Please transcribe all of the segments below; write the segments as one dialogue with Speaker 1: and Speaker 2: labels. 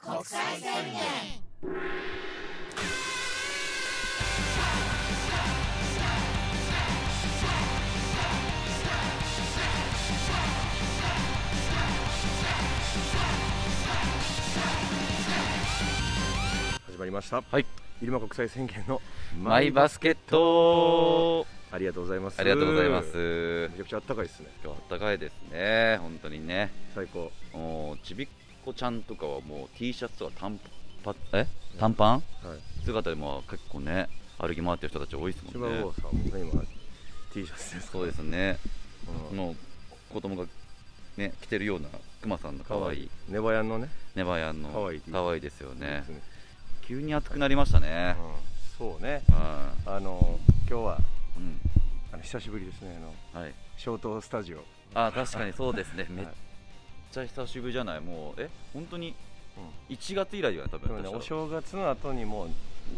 Speaker 1: 国際宣言
Speaker 2: 始まりました
Speaker 3: はい
Speaker 2: 入間国際宣言の
Speaker 3: マイバスケット
Speaker 2: ありがとうございます
Speaker 3: ありがとうございます
Speaker 2: め
Speaker 3: 今
Speaker 2: ちゃくちゃあったかいですね
Speaker 3: 日あったかいですね本当にね
Speaker 2: 最高
Speaker 3: もうちびっこちゃんとかはもう T シャツとか短パえ短パン
Speaker 2: はい
Speaker 3: 姿でも結構ね歩き回ってる人たち多いです
Speaker 2: 千
Speaker 3: もん
Speaker 2: 葉
Speaker 3: ね
Speaker 2: 郷さんもね今 T シャツです
Speaker 3: そうですね
Speaker 2: うん
Speaker 3: もう子供がね着てるようなクマさんの可愛い
Speaker 2: ネバヤンのね
Speaker 3: ネバヤンの
Speaker 2: 可愛い
Speaker 3: 可愛いですよね
Speaker 2: そうです
Speaker 3: 急に暑くなりましたね
Speaker 2: うんそうね
Speaker 3: は
Speaker 2: あの今日はい
Speaker 3: うん
Speaker 2: あの久しぶりですねあの
Speaker 3: はい
Speaker 2: ショートスタジオ
Speaker 3: あ確かにそうですねめ
Speaker 2: い
Speaker 3: っちゃ久しぶりじゃないもうえ本当に1月以来だよね多
Speaker 2: でも
Speaker 3: 分
Speaker 2: ねお
Speaker 3: 私は
Speaker 2: 正月の後にもう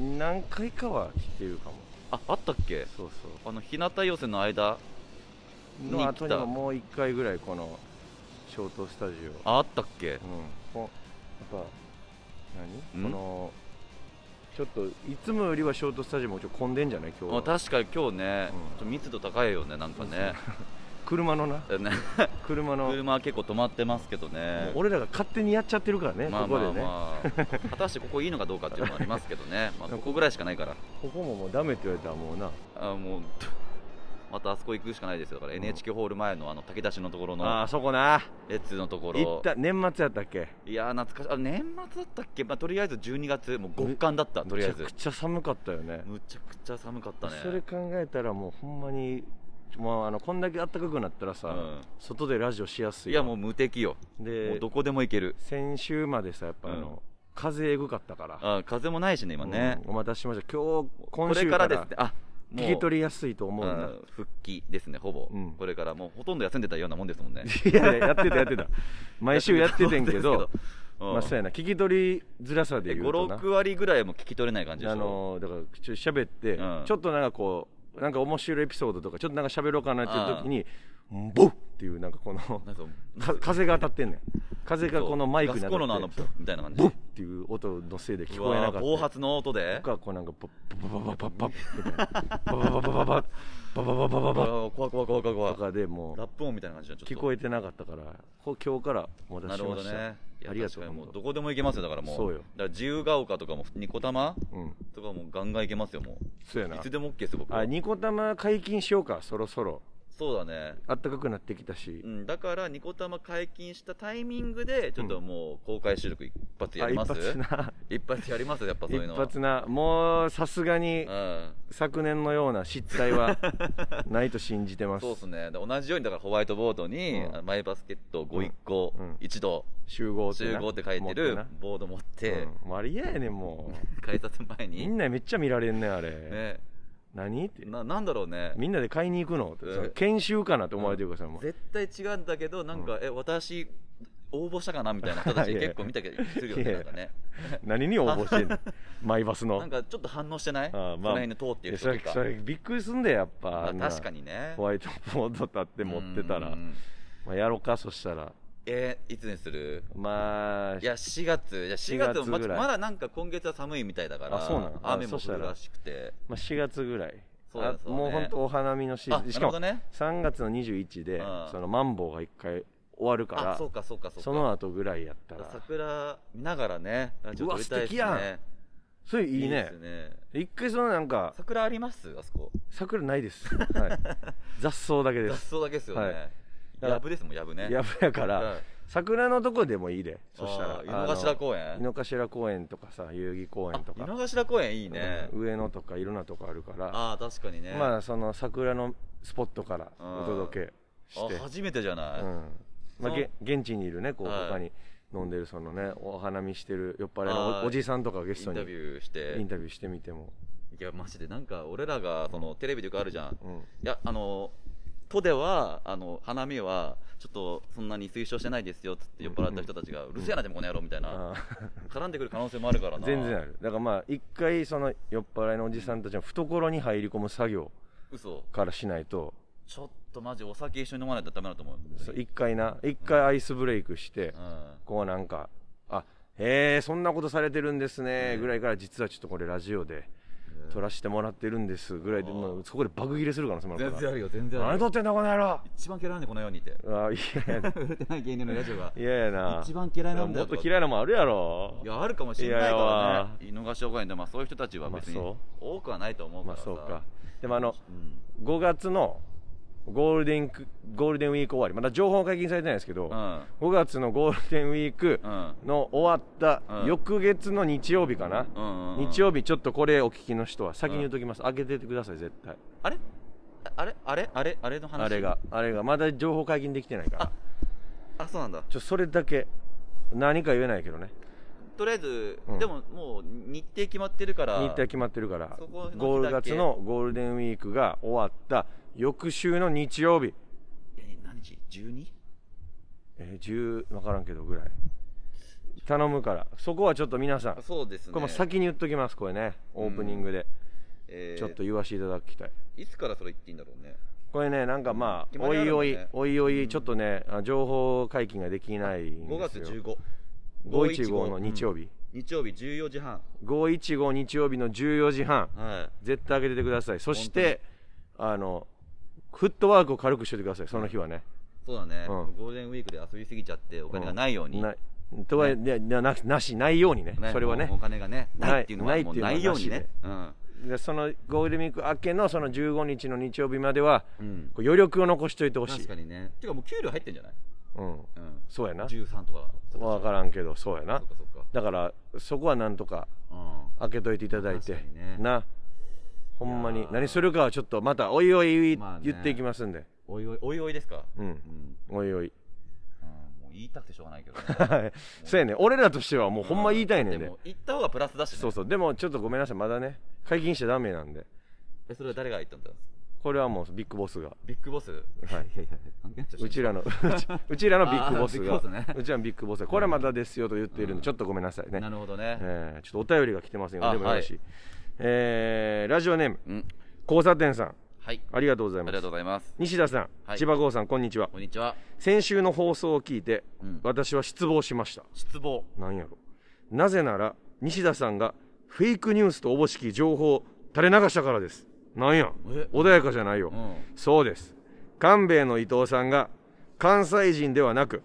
Speaker 2: 何回かは来てるかも
Speaker 3: ああったっけ
Speaker 2: そうそう
Speaker 3: あの日向寄せの間
Speaker 2: の
Speaker 3: に来
Speaker 2: 後に
Speaker 3: た
Speaker 2: ももう一回ぐらいこのショートスタジオ
Speaker 3: ああったっ
Speaker 2: う
Speaker 3: け
Speaker 2: んこやっぱ何
Speaker 3: ん
Speaker 2: このちょっといつもよりはショートスタジオもちょっと混んでんじゃない今
Speaker 3: あ
Speaker 2: 日は
Speaker 3: 確かに今日ね、
Speaker 2: うん
Speaker 3: ちょっと密度高いよねなんかね
Speaker 2: 車のな
Speaker 3: ね
Speaker 2: 車の
Speaker 3: 車は結構止まってますけどね
Speaker 2: もう俺らが勝手にやっちゃってるからね
Speaker 3: まあ
Speaker 2: ここ
Speaker 3: ま
Speaker 2: で
Speaker 3: あ
Speaker 2: ね
Speaker 3: まあ、果たしてここいいのかどうかっていうのもありますけ どね、まあ、ここぐらいしかないから、
Speaker 2: ここももうダメって言われたらもうな
Speaker 3: あもうまたあそこ行くしかないですよ、だから
Speaker 2: うん
Speaker 3: NHK ホール前のあの炊き出しのところ
Speaker 2: あ
Speaker 3: の
Speaker 2: あそこな
Speaker 3: 列のとこ
Speaker 2: 行
Speaker 3: ろ
Speaker 2: っ、た年末やったっけ
Speaker 3: いやー、懐かしい、あ年末だったっけ、まあ、とりあえず12月、もう極寒だった、とりあえず
Speaker 2: めちゃ、くちゃ寒かったよね
Speaker 3: むちゃくちゃ寒かったね、
Speaker 2: それ考えたらもうほんまにもうあのこんだけ暖かくなったらさ、
Speaker 3: うん
Speaker 2: 外でラジオしやすい
Speaker 3: い
Speaker 2: よ
Speaker 3: や、もう無敵よ、も
Speaker 2: で
Speaker 3: うどこでも行ける、
Speaker 2: 先週までさやっぱあの、
Speaker 3: うん
Speaker 2: 風えぐかったから
Speaker 3: あ風もないしね、今ね、
Speaker 2: うんお待たせしました今日
Speaker 3: こ
Speaker 2: 今
Speaker 3: れ
Speaker 2: 週
Speaker 3: か
Speaker 2: からら
Speaker 3: ですね、あもう
Speaker 2: 聞き取りやすいと思う
Speaker 3: う
Speaker 2: な、
Speaker 3: ん復帰ですね、ほぼ、
Speaker 2: うん
Speaker 3: これからもうほとんど休んでたようなもんですもんね。
Speaker 2: いやいややってたやってた毎週やっててんけど、
Speaker 3: うん
Speaker 2: まあそうやな聞き取りづらさで言うとな
Speaker 3: 56割ぐらいも聞き取れない感じで
Speaker 2: あ
Speaker 3: しょ
Speaker 2: のだからちょっと喋って、
Speaker 3: うん
Speaker 2: ちょっとなんかこうなんか面白いエピソードとかちょっとなんか喋ろうかなっていう時にボッっていうなんかこの
Speaker 3: なんか
Speaker 2: か風が当たってんねん風がこのマイクに当
Speaker 3: ガス
Speaker 2: た
Speaker 3: コ
Speaker 2: って
Speaker 3: ロのあのブッみたいな感じ
Speaker 2: ボッっていう音のせいで聞こえなかった
Speaker 3: うわー暴発の音で
Speaker 2: 僕はこうなんかパッパッパッパッパッパッパッパッパッパッパッパッパッパッパッ
Speaker 3: う
Speaker 2: パッ
Speaker 3: わー怖い怖い怖い怖い怖
Speaker 2: と
Speaker 3: い
Speaker 2: かでも
Speaker 3: ラッ
Speaker 2: う
Speaker 3: プ音みたいな感じのちょっと
Speaker 2: 聞こ
Speaker 3: え
Speaker 2: えてなかったからこ今日からお待た
Speaker 3: な
Speaker 2: せし
Speaker 3: るほ
Speaker 2: ま
Speaker 3: ど
Speaker 2: した、
Speaker 3: ねいや
Speaker 2: ありがとう
Speaker 3: 確かにもう
Speaker 2: 本
Speaker 3: どこでも行けますよだからもう
Speaker 2: そうよ
Speaker 3: だから自由が丘とかもニコ玉
Speaker 2: 当うん
Speaker 3: とかもガンガン行けますよも
Speaker 2: そうや
Speaker 3: う
Speaker 2: ない
Speaker 3: つでも OK です僕
Speaker 2: あニコ玉解禁しようかそろそろ
Speaker 3: そうだね
Speaker 2: あったかくなってきたし
Speaker 3: う、ん、だからニコ玉解禁したタイミングでちょっともう公開収録一発や
Speaker 2: あ
Speaker 3: り
Speaker 2: 一
Speaker 3: ます
Speaker 2: 発な
Speaker 3: 一発やりますやっぱそういう
Speaker 2: 一
Speaker 3: のは
Speaker 2: 発なもうさすがに
Speaker 3: うん
Speaker 2: 昨年のような失態 はないと信じてます
Speaker 3: そうですね。で同じように、だからホワイトボードに、
Speaker 2: うん
Speaker 3: マイバスケットご一個、
Speaker 2: うん
Speaker 3: 一度、
Speaker 2: 集合ってな
Speaker 3: 集合って書いて
Speaker 2: 持
Speaker 3: る
Speaker 2: っ
Speaker 3: ボード持って
Speaker 2: な
Speaker 3: て、
Speaker 2: うん、もうあれ嫌やねんも
Speaker 3: 改札前
Speaker 2: うみ
Speaker 3: に、
Speaker 2: んなめっちゃ見られんねんあれ、
Speaker 3: ね、
Speaker 2: 何って
Speaker 3: な、なんだろうね。
Speaker 2: みんなで買いに行くのって、
Speaker 3: うん
Speaker 2: その研修かなって思われてるからさ、もう
Speaker 3: 絶対違うんだけど、なんか、え、私、応募したかなみたいな人た ち
Speaker 2: いやいや
Speaker 3: 結構見たけど、するよね、
Speaker 2: いやい
Speaker 3: な
Speaker 2: や
Speaker 3: んかね。
Speaker 2: 何に応募してん のマイバスの
Speaker 3: なんかちょっと反応してない
Speaker 2: あまあ
Speaker 3: その辺で通って
Speaker 2: い
Speaker 3: る
Speaker 2: やそ
Speaker 3: 人
Speaker 2: れ
Speaker 3: と
Speaker 2: そ
Speaker 3: か。
Speaker 2: れびっくりすんだよやっぱ
Speaker 3: ま
Speaker 2: あ
Speaker 3: あ、
Speaker 2: んな
Speaker 3: 確かにね
Speaker 2: ホ。ワイトボード立って持ってたら
Speaker 3: うん
Speaker 2: まあ、やろうかそしたら
Speaker 3: えーいつにする
Speaker 2: まあ
Speaker 3: いや、4月、いや、4月もま
Speaker 2: 4月ぐらい
Speaker 3: まだなんか今月は寒いみたいだから、
Speaker 2: あそうなのあ
Speaker 3: 雨も
Speaker 2: そした
Speaker 3: 降
Speaker 2: ら
Speaker 3: るらしくて。
Speaker 2: まあ、4月ぐらい
Speaker 3: そうだ
Speaker 2: あ
Speaker 3: そうだね
Speaker 2: もう本当お花見のシー
Speaker 3: あ
Speaker 2: ズンし
Speaker 3: な
Speaker 2: か
Speaker 3: るほ
Speaker 2: も
Speaker 3: どね
Speaker 2: 3月の21で
Speaker 3: うん
Speaker 2: そのマンボウが1回終わるから
Speaker 3: あそうかそうかそうか
Speaker 2: その後ぐらいやったら
Speaker 3: 桜見ながらねラジオ撮りたいですね
Speaker 2: うわ素敵やそれいい
Speaker 3: いい
Speaker 2: ね
Speaker 3: ですね
Speaker 2: 一回そのなんか
Speaker 3: 桜ありますあそこ
Speaker 2: 桜ないです、 はい、雑草だけで
Speaker 3: 雑
Speaker 2: す
Speaker 3: 草だけですよ
Speaker 2: はい
Speaker 3: ね
Speaker 2: だから
Speaker 3: やぶですもんやぶね
Speaker 2: やぶやか
Speaker 3: う
Speaker 2: ら
Speaker 3: ん
Speaker 2: 桜のとこでもいいでそした
Speaker 3: あ
Speaker 2: ら
Speaker 3: ー井の頭公
Speaker 2: あの
Speaker 3: 園
Speaker 2: 井の頭公園とかさ代々木公園と
Speaker 3: 井
Speaker 2: か
Speaker 3: の頭公園いいね
Speaker 2: うん上野とかいろんなとこあるから
Speaker 3: ああ確かにね
Speaker 2: まあその桜のスポットからお届けし
Speaker 3: あ
Speaker 2: て
Speaker 3: 初めてじゃない
Speaker 2: うんまあ、
Speaker 3: その
Speaker 2: げ現地にいるねこう
Speaker 3: はい
Speaker 2: 他に飲んでるそのねお花見してる酔っ払い
Speaker 3: は
Speaker 2: の
Speaker 3: い
Speaker 2: おおじさんとかゲス
Speaker 3: イ
Speaker 2: ト
Speaker 3: ン
Speaker 2: に
Speaker 3: タビューして
Speaker 2: インタビューしてみても、
Speaker 3: いやマジでなんか俺らがそのテレビとかあるじゃん
Speaker 2: うん、
Speaker 3: いやあの都ではあの花見はちょっとそんなに推奨してないですよっつって酔っ払った人たちがうるせえなでもこの野郎みたいな
Speaker 2: あ
Speaker 3: 絡んでくる可能性もあるから
Speaker 2: ー
Speaker 3: な
Speaker 2: 全然あるだからまあ一回その酔っ払いのおじさんたちの懐に入り込む作業
Speaker 3: 嘘
Speaker 2: からしないと
Speaker 3: ちょっとマジお酒一緒に飲まないとダメだと思う。
Speaker 2: そう一回な一回アイスブレイクして
Speaker 3: うん。
Speaker 2: こうなんかあえー、そんなことされてるんですねぐらいから実はちょっとこれラジオで撮らせてもらってるんですぐらいで、
Speaker 3: あー
Speaker 2: まあ、そこでバグ切れする可能性もある
Speaker 3: 全
Speaker 2: か
Speaker 3: 然あるよ全然
Speaker 2: ら
Speaker 3: あ
Speaker 2: 何
Speaker 3: るよ
Speaker 2: 撮ってんだこの野郎
Speaker 3: 一番嫌いなんでこの世に いて
Speaker 2: あーいやいや
Speaker 3: 売れてない芸人のラジオが
Speaker 2: 嫌やな
Speaker 3: 一番嫌いなんだ
Speaker 2: も
Speaker 3: よ
Speaker 2: っと嫌いなもんあるやろ
Speaker 3: いやあるかもしれない
Speaker 2: いやいや
Speaker 3: から
Speaker 2: わ
Speaker 3: ね井の頭公園でまあそういう人たちは別
Speaker 2: まあ
Speaker 3: に
Speaker 2: そ
Speaker 3: 多くはないと思うか
Speaker 2: ま
Speaker 3: ら
Speaker 2: あ
Speaker 3: さ
Speaker 2: そうかでもあの
Speaker 3: うん
Speaker 2: 5月のゴールデンクゴールデンウィーク終わりまだ情報解禁されてないですけど、
Speaker 3: うん
Speaker 2: 5月のゴールデンウィーク
Speaker 3: うん
Speaker 2: の終わっ
Speaker 3: う
Speaker 2: た
Speaker 3: ん
Speaker 2: 翌月の日曜日かな、
Speaker 3: うんうん
Speaker 2: 日曜日ちょっとこれお聞きの人は先に言うときます、開けててください絶対
Speaker 3: あれあれあれあれあれの話
Speaker 2: あれがあれがまだ情報解禁できてないから
Speaker 3: ああそうなんだ
Speaker 2: ちょそれだけ何か言えないけどね
Speaker 3: とりあえず、
Speaker 2: うん
Speaker 3: でももう日程決まってるから
Speaker 2: 日程決まってるから
Speaker 3: そこの日だけ
Speaker 2: ゴール月のゴールデンウィークが終わった翌週の日曜日
Speaker 3: え何日 12?
Speaker 2: えー、10分からんけどぐらい頼むからそこはちょっと皆さん
Speaker 3: あそうですね
Speaker 2: これもう先に言っときますこれねオープニングで
Speaker 3: えー
Speaker 2: ちょっと言わせていただきたい
Speaker 3: いつからそれ言っていいんだろうね
Speaker 2: これねなんかまあ
Speaker 3: 決ま
Speaker 2: お
Speaker 3: りあ
Speaker 2: い
Speaker 3: るも
Speaker 2: お
Speaker 3: んね
Speaker 2: いおいおいちょっとねあ情報解禁ができないん
Speaker 3: 5
Speaker 2: で
Speaker 3: 月
Speaker 2: すよ
Speaker 3: 15
Speaker 2: 515の日曜
Speaker 3: 日、
Speaker 2: 日
Speaker 3: うん日曜日14時半
Speaker 2: 515日曜日の14時半
Speaker 3: は
Speaker 2: 絶対開けててくださいそしてあのフットワークを軽くしててくださいその日はね
Speaker 3: いそうだね、
Speaker 2: うん
Speaker 3: ゴールデンウィークで遊びすぎちゃってお金がないように、
Speaker 2: なとはねなななしないようにね
Speaker 3: ね
Speaker 2: それは
Speaker 3: もう
Speaker 2: ね
Speaker 3: お金がねないっていうの
Speaker 2: な
Speaker 3: はいもうないようにねうん
Speaker 2: でそのゴールデンウィーク明けのその15日の日曜日までは、
Speaker 3: うん
Speaker 2: こう余力を残しておいてほし
Speaker 3: 確
Speaker 2: い
Speaker 3: か、にねてかもう給料入ってんじゃない、
Speaker 2: うん、
Speaker 3: うん、
Speaker 2: そうやな
Speaker 3: 13とか
Speaker 2: 分かららんけどそうやな
Speaker 3: そっかそっか
Speaker 2: だからそこはなんとか
Speaker 3: うん
Speaker 2: 開けといていただいて、
Speaker 3: 確かにね
Speaker 2: なほんま
Speaker 3: い
Speaker 2: に
Speaker 3: やー
Speaker 2: 何するかはちょっとまたおいおい
Speaker 3: まあね
Speaker 2: 言っていきますんで、
Speaker 3: おいおいおいおいですか
Speaker 2: うん
Speaker 3: うん、
Speaker 2: おいおい
Speaker 3: うんもう言いたくてしょうがないけどね、
Speaker 2: そうやね俺らとしてはもう ほんま言いたいねんで、
Speaker 3: でも言った方がプラスだしね、
Speaker 2: そうそうでもちょっとごめんなさいまだね解禁しちゃダメなんで
Speaker 3: えそれは誰が言ったんだ
Speaker 2: これはもうビッグボスが
Speaker 3: ビッグボスはい
Speaker 2: い
Speaker 3: やいや関係ないでしょ
Speaker 2: うちらの うちうちらのビッグボス
Speaker 3: あ
Speaker 2: が
Speaker 3: ービッグボスね
Speaker 2: うちらのビッグボスがこれはまだですよと言っているん
Speaker 3: うん
Speaker 2: でちょっとごめんなさいね、
Speaker 3: なるほどね、
Speaker 2: えーちょっとお便りが来てますの
Speaker 3: あ
Speaker 2: ででもよろしい、えーラジオネーム
Speaker 3: うん
Speaker 2: 交差点さん
Speaker 3: はい
Speaker 2: ありがとうござい
Speaker 3: あり
Speaker 2: ま
Speaker 3: がと
Speaker 2: す
Speaker 3: うございます
Speaker 2: 西田さん、
Speaker 3: はい
Speaker 2: 千葉郷さんこんにちは
Speaker 3: こんにちは
Speaker 2: 先週の放送を聞いて、
Speaker 3: うん
Speaker 2: 私は失望しました
Speaker 3: 失望
Speaker 2: なんやろなぜなら西田さんがフェイクニュースとおぼしき情報を垂れ流したからですなんや
Speaker 3: え
Speaker 2: 穏やかじゃないよ、
Speaker 3: うん
Speaker 2: そうです官兵衛の伊藤さんが関西人ではなく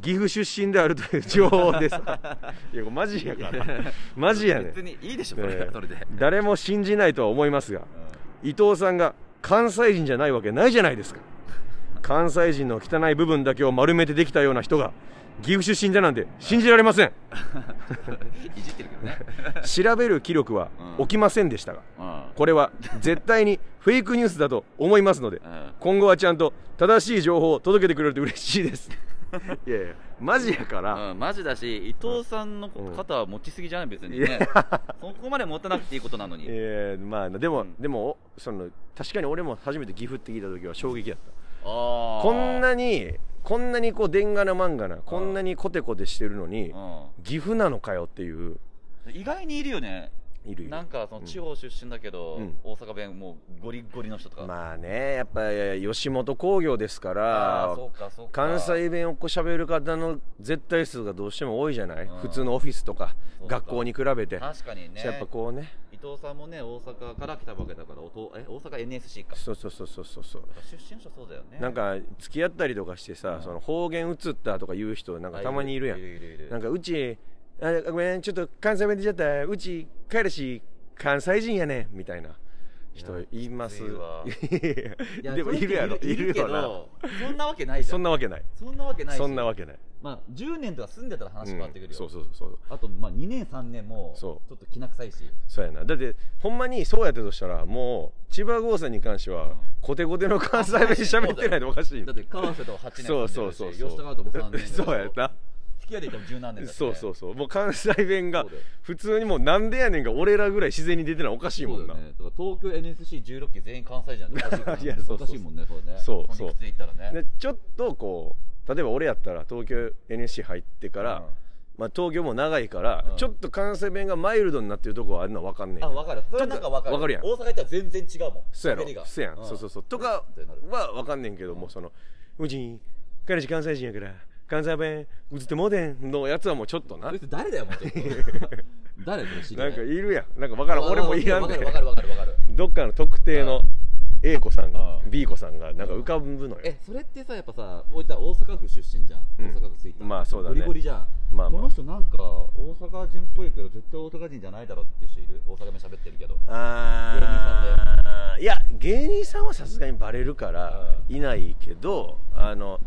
Speaker 2: 岐阜出身であるという情報です いやこれマジやからマジやねん
Speaker 3: 別にいいでしょそれ,、
Speaker 2: えー
Speaker 3: それで、
Speaker 2: 誰も信じないとは思いますが伊藤さんが関西人じゃないわけないじゃないですか関西人の汚い部分だけを丸めてできたような人が岐阜出身だなんて信じられません
Speaker 3: いじってるけど ね、
Speaker 2: 調べる気力は
Speaker 3: うん
Speaker 2: 起きませんでしたが
Speaker 3: うん
Speaker 2: これは絶対にフェイクニュースだと思いますので
Speaker 3: うん
Speaker 2: 今後はちゃんと正しい情報を届けてくれると嬉しいですいやいやマジやから、
Speaker 3: うん、マジだし伊藤さんの
Speaker 2: ん
Speaker 3: 肩は持ちすぎじゃない別にね、そこまで持たなくていいことなのに、
Speaker 2: えーまあでも、
Speaker 3: うん
Speaker 2: でもその確かに俺も初めて岐阜って聞いた時は衝撃だった
Speaker 3: ああ
Speaker 2: こんなにこんなにこうでんがな漫画なこんなにコテコテしてるのに岐阜なのかよっていう
Speaker 3: うん、意外にいるよね
Speaker 2: いるいる
Speaker 3: なんかその地方出身だけど、
Speaker 2: うん
Speaker 3: 大阪弁もうゴリゴリの人とか、
Speaker 2: まあねやっぱり吉本興業ですか
Speaker 3: あ
Speaker 2: ら
Speaker 3: ーそうかそうか
Speaker 2: 関西弁をこう喋る方の絶対数がどうしても多いじゃない、
Speaker 3: うん
Speaker 2: 普通のオフィスとか
Speaker 3: そうか
Speaker 2: 学校に比べて、
Speaker 3: 確かにね
Speaker 2: やっぱこうね
Speaker 3: 伊藤さんもね大阪から来たわけだからおとえ大阪 NSC か
Speaker 2: そうそうそうそうそうそう
Speaker 3: 出身者そうだよね
Speaker 2: なんか付き合ったりとかしてさ、
Speaker 3: うん
Speaker 2: その方言移ったとか言う人なんかたまにいるやん
Speaker 3: いるいるいる
Speaker 2: なんかうちあごめんちょっと関西弁出ちゃったうち彼氏関西人やねみたいな人います
Speaker 3: いや
Speaker 2: いやでもいるやろいる
Speaker 3: け
Speaker 2: よな
Speaker 3: どそんなわけないじゃん
Speaker 2: そんなわけない
Speaker 3: そんなわけないし
Speaker 2: そんなわけない
Speaker 3: まあ10年とか住んでたら話変わってくるよ、
Speaker 2: うんそうそうそうそう
Speaker 3: あとまあ2年3年もちょ
Speaker 2: そう
Speaker 3: っときな臭いし
Speaker 2: そうやなだってほんまにそうやったとしたらもう千葉郷さんに関してはコテコテの関西弁喋ってないとおかしい
Speaker 3: だって川瀬と8年
Speaker 2: そ
Speaker 3: 住ん
Speaker 2: うそうそう
Speaker 3: でるし
Speaker 2: そう
Speaker 3: 吉高とも3年だし
Speaker 2: そうやな
Speaker 3: 付き合いでいても十何年だしね
Speaker 2: そうそうそうもう関西弁が
Speaker 3: そうだよ
Speaker 2: 普通にもうなんでやねんが俺らぐらい自然に出てないおかしいも
Speaker 3: そ
Speaker 2: ん
Speaker 3: うだ
Speaker 2: な
Speaker 3: よねだから東京 NSC16 期全員関西じゃんおかしいから
Speaker 2: いやそうそう
Speaker 3: おかしいもんねそうね
Speaker 2: そう
Speaker 3: の理屈で言ったらね
Speaker 2: でちょっとこう例えば俺やったら東京 NSC 入ってから、
Speaker 3: うん
Speaker 2: まあ、東京も長いから、
Speaker 3: うん
Speaker 2: ちょっと関西弁がマイルドになってるとこはあるのは分かんねえ
Speaker 3: あ分かるそれはなんか分かる
Speaker 2: わかるやん
Speaker 3: 大阪行ったら全然違うもん
Speaker 2: そうやろ
Speaker 3: 喋りが
Speaker 2: そうやん、
Speaker 3: ん
Speaker 2: そうそうそうとか
Speaker 3: ってなる
Speaker 2: は分かんねえけどもそのうち彼氏関西人やから関西弁うずてもうでんのやつはもうちょっとな
Speaker 3: こいつ誰だよもう ちょっと誰それ知り合
Speaker 2: ないんかいるやんなんか分からん俺もいらん
Speaker 3: わ
Speaker 2: で
Speaker 3: かるわかるわかるわかる
Speaker 2: どっかの特定の A 子さんが
Speaker 3: うん
Speaker 2: B 子さんがなんか浮かぶのよ
Speaker 3: えそれってさやっぱさ大阪府出身じゃん、
Speaker 2: うん
Speaker 3: 大阪府吹田
Speaker 2: まあそうだね
Speaker 3: ゴリゴリじゃん、
Speaker 2: まあまあ
Speaker 3: この人なんか大阪人っぽいけど絶対大阪人じゃないだろって人いる大阪弁喋ってるけど
Speaker 2: あーいや芸人さんはさすがにバレるからいないけどあの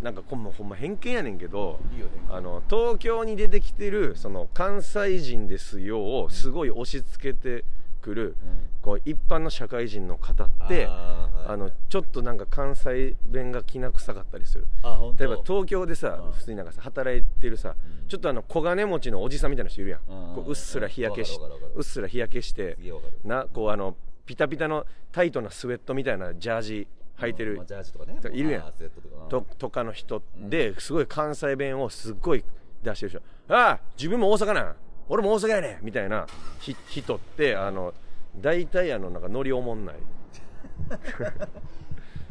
Speaker 2: なんかこんまほんま偏見やねんけど
Speaker 3: いいよね
Speaker 2: あの東京に出てきてるその関西人ですよをすごい押し付けてくる、こう一般の社会人の方ってあ
Speaker 3: あー,はい、
Speaker 2: のちょっとなんか関西弁がきな臭かったりする
Speaker 3: あ本当
Speaker 2: 例えば東京でさ
Speaker 3: うん
Speaker 2: 普通になんかさ働いてるさ
Speaker 3: うん
Speaker 2: ちょっとあの小金持ちのおじさんみたいな人いるやん
Speaker 3: うん
Speaker 2: こううっすら日焼けし
Speaker 3: わかるわかるわかる
Speaker 2: うっすら日焼けして
Speaker 3: すげえわかる
Speaker 2: なこうあのピタピタのタイトなスウェットみたいなジャージ履いて
Speaker 3: うん
Speaker 2: る
Speaker 3: まあジャージとかね
Speaker 2: いるやん
Speaker 3: まあスウェットとか
Speaker 2: ととかの人ですごい関西弁をすっごい出してる人「ああ自分も大阪なん俺も大阪やねん」みたいなひ人ってあの大体あのなんかノリおもんない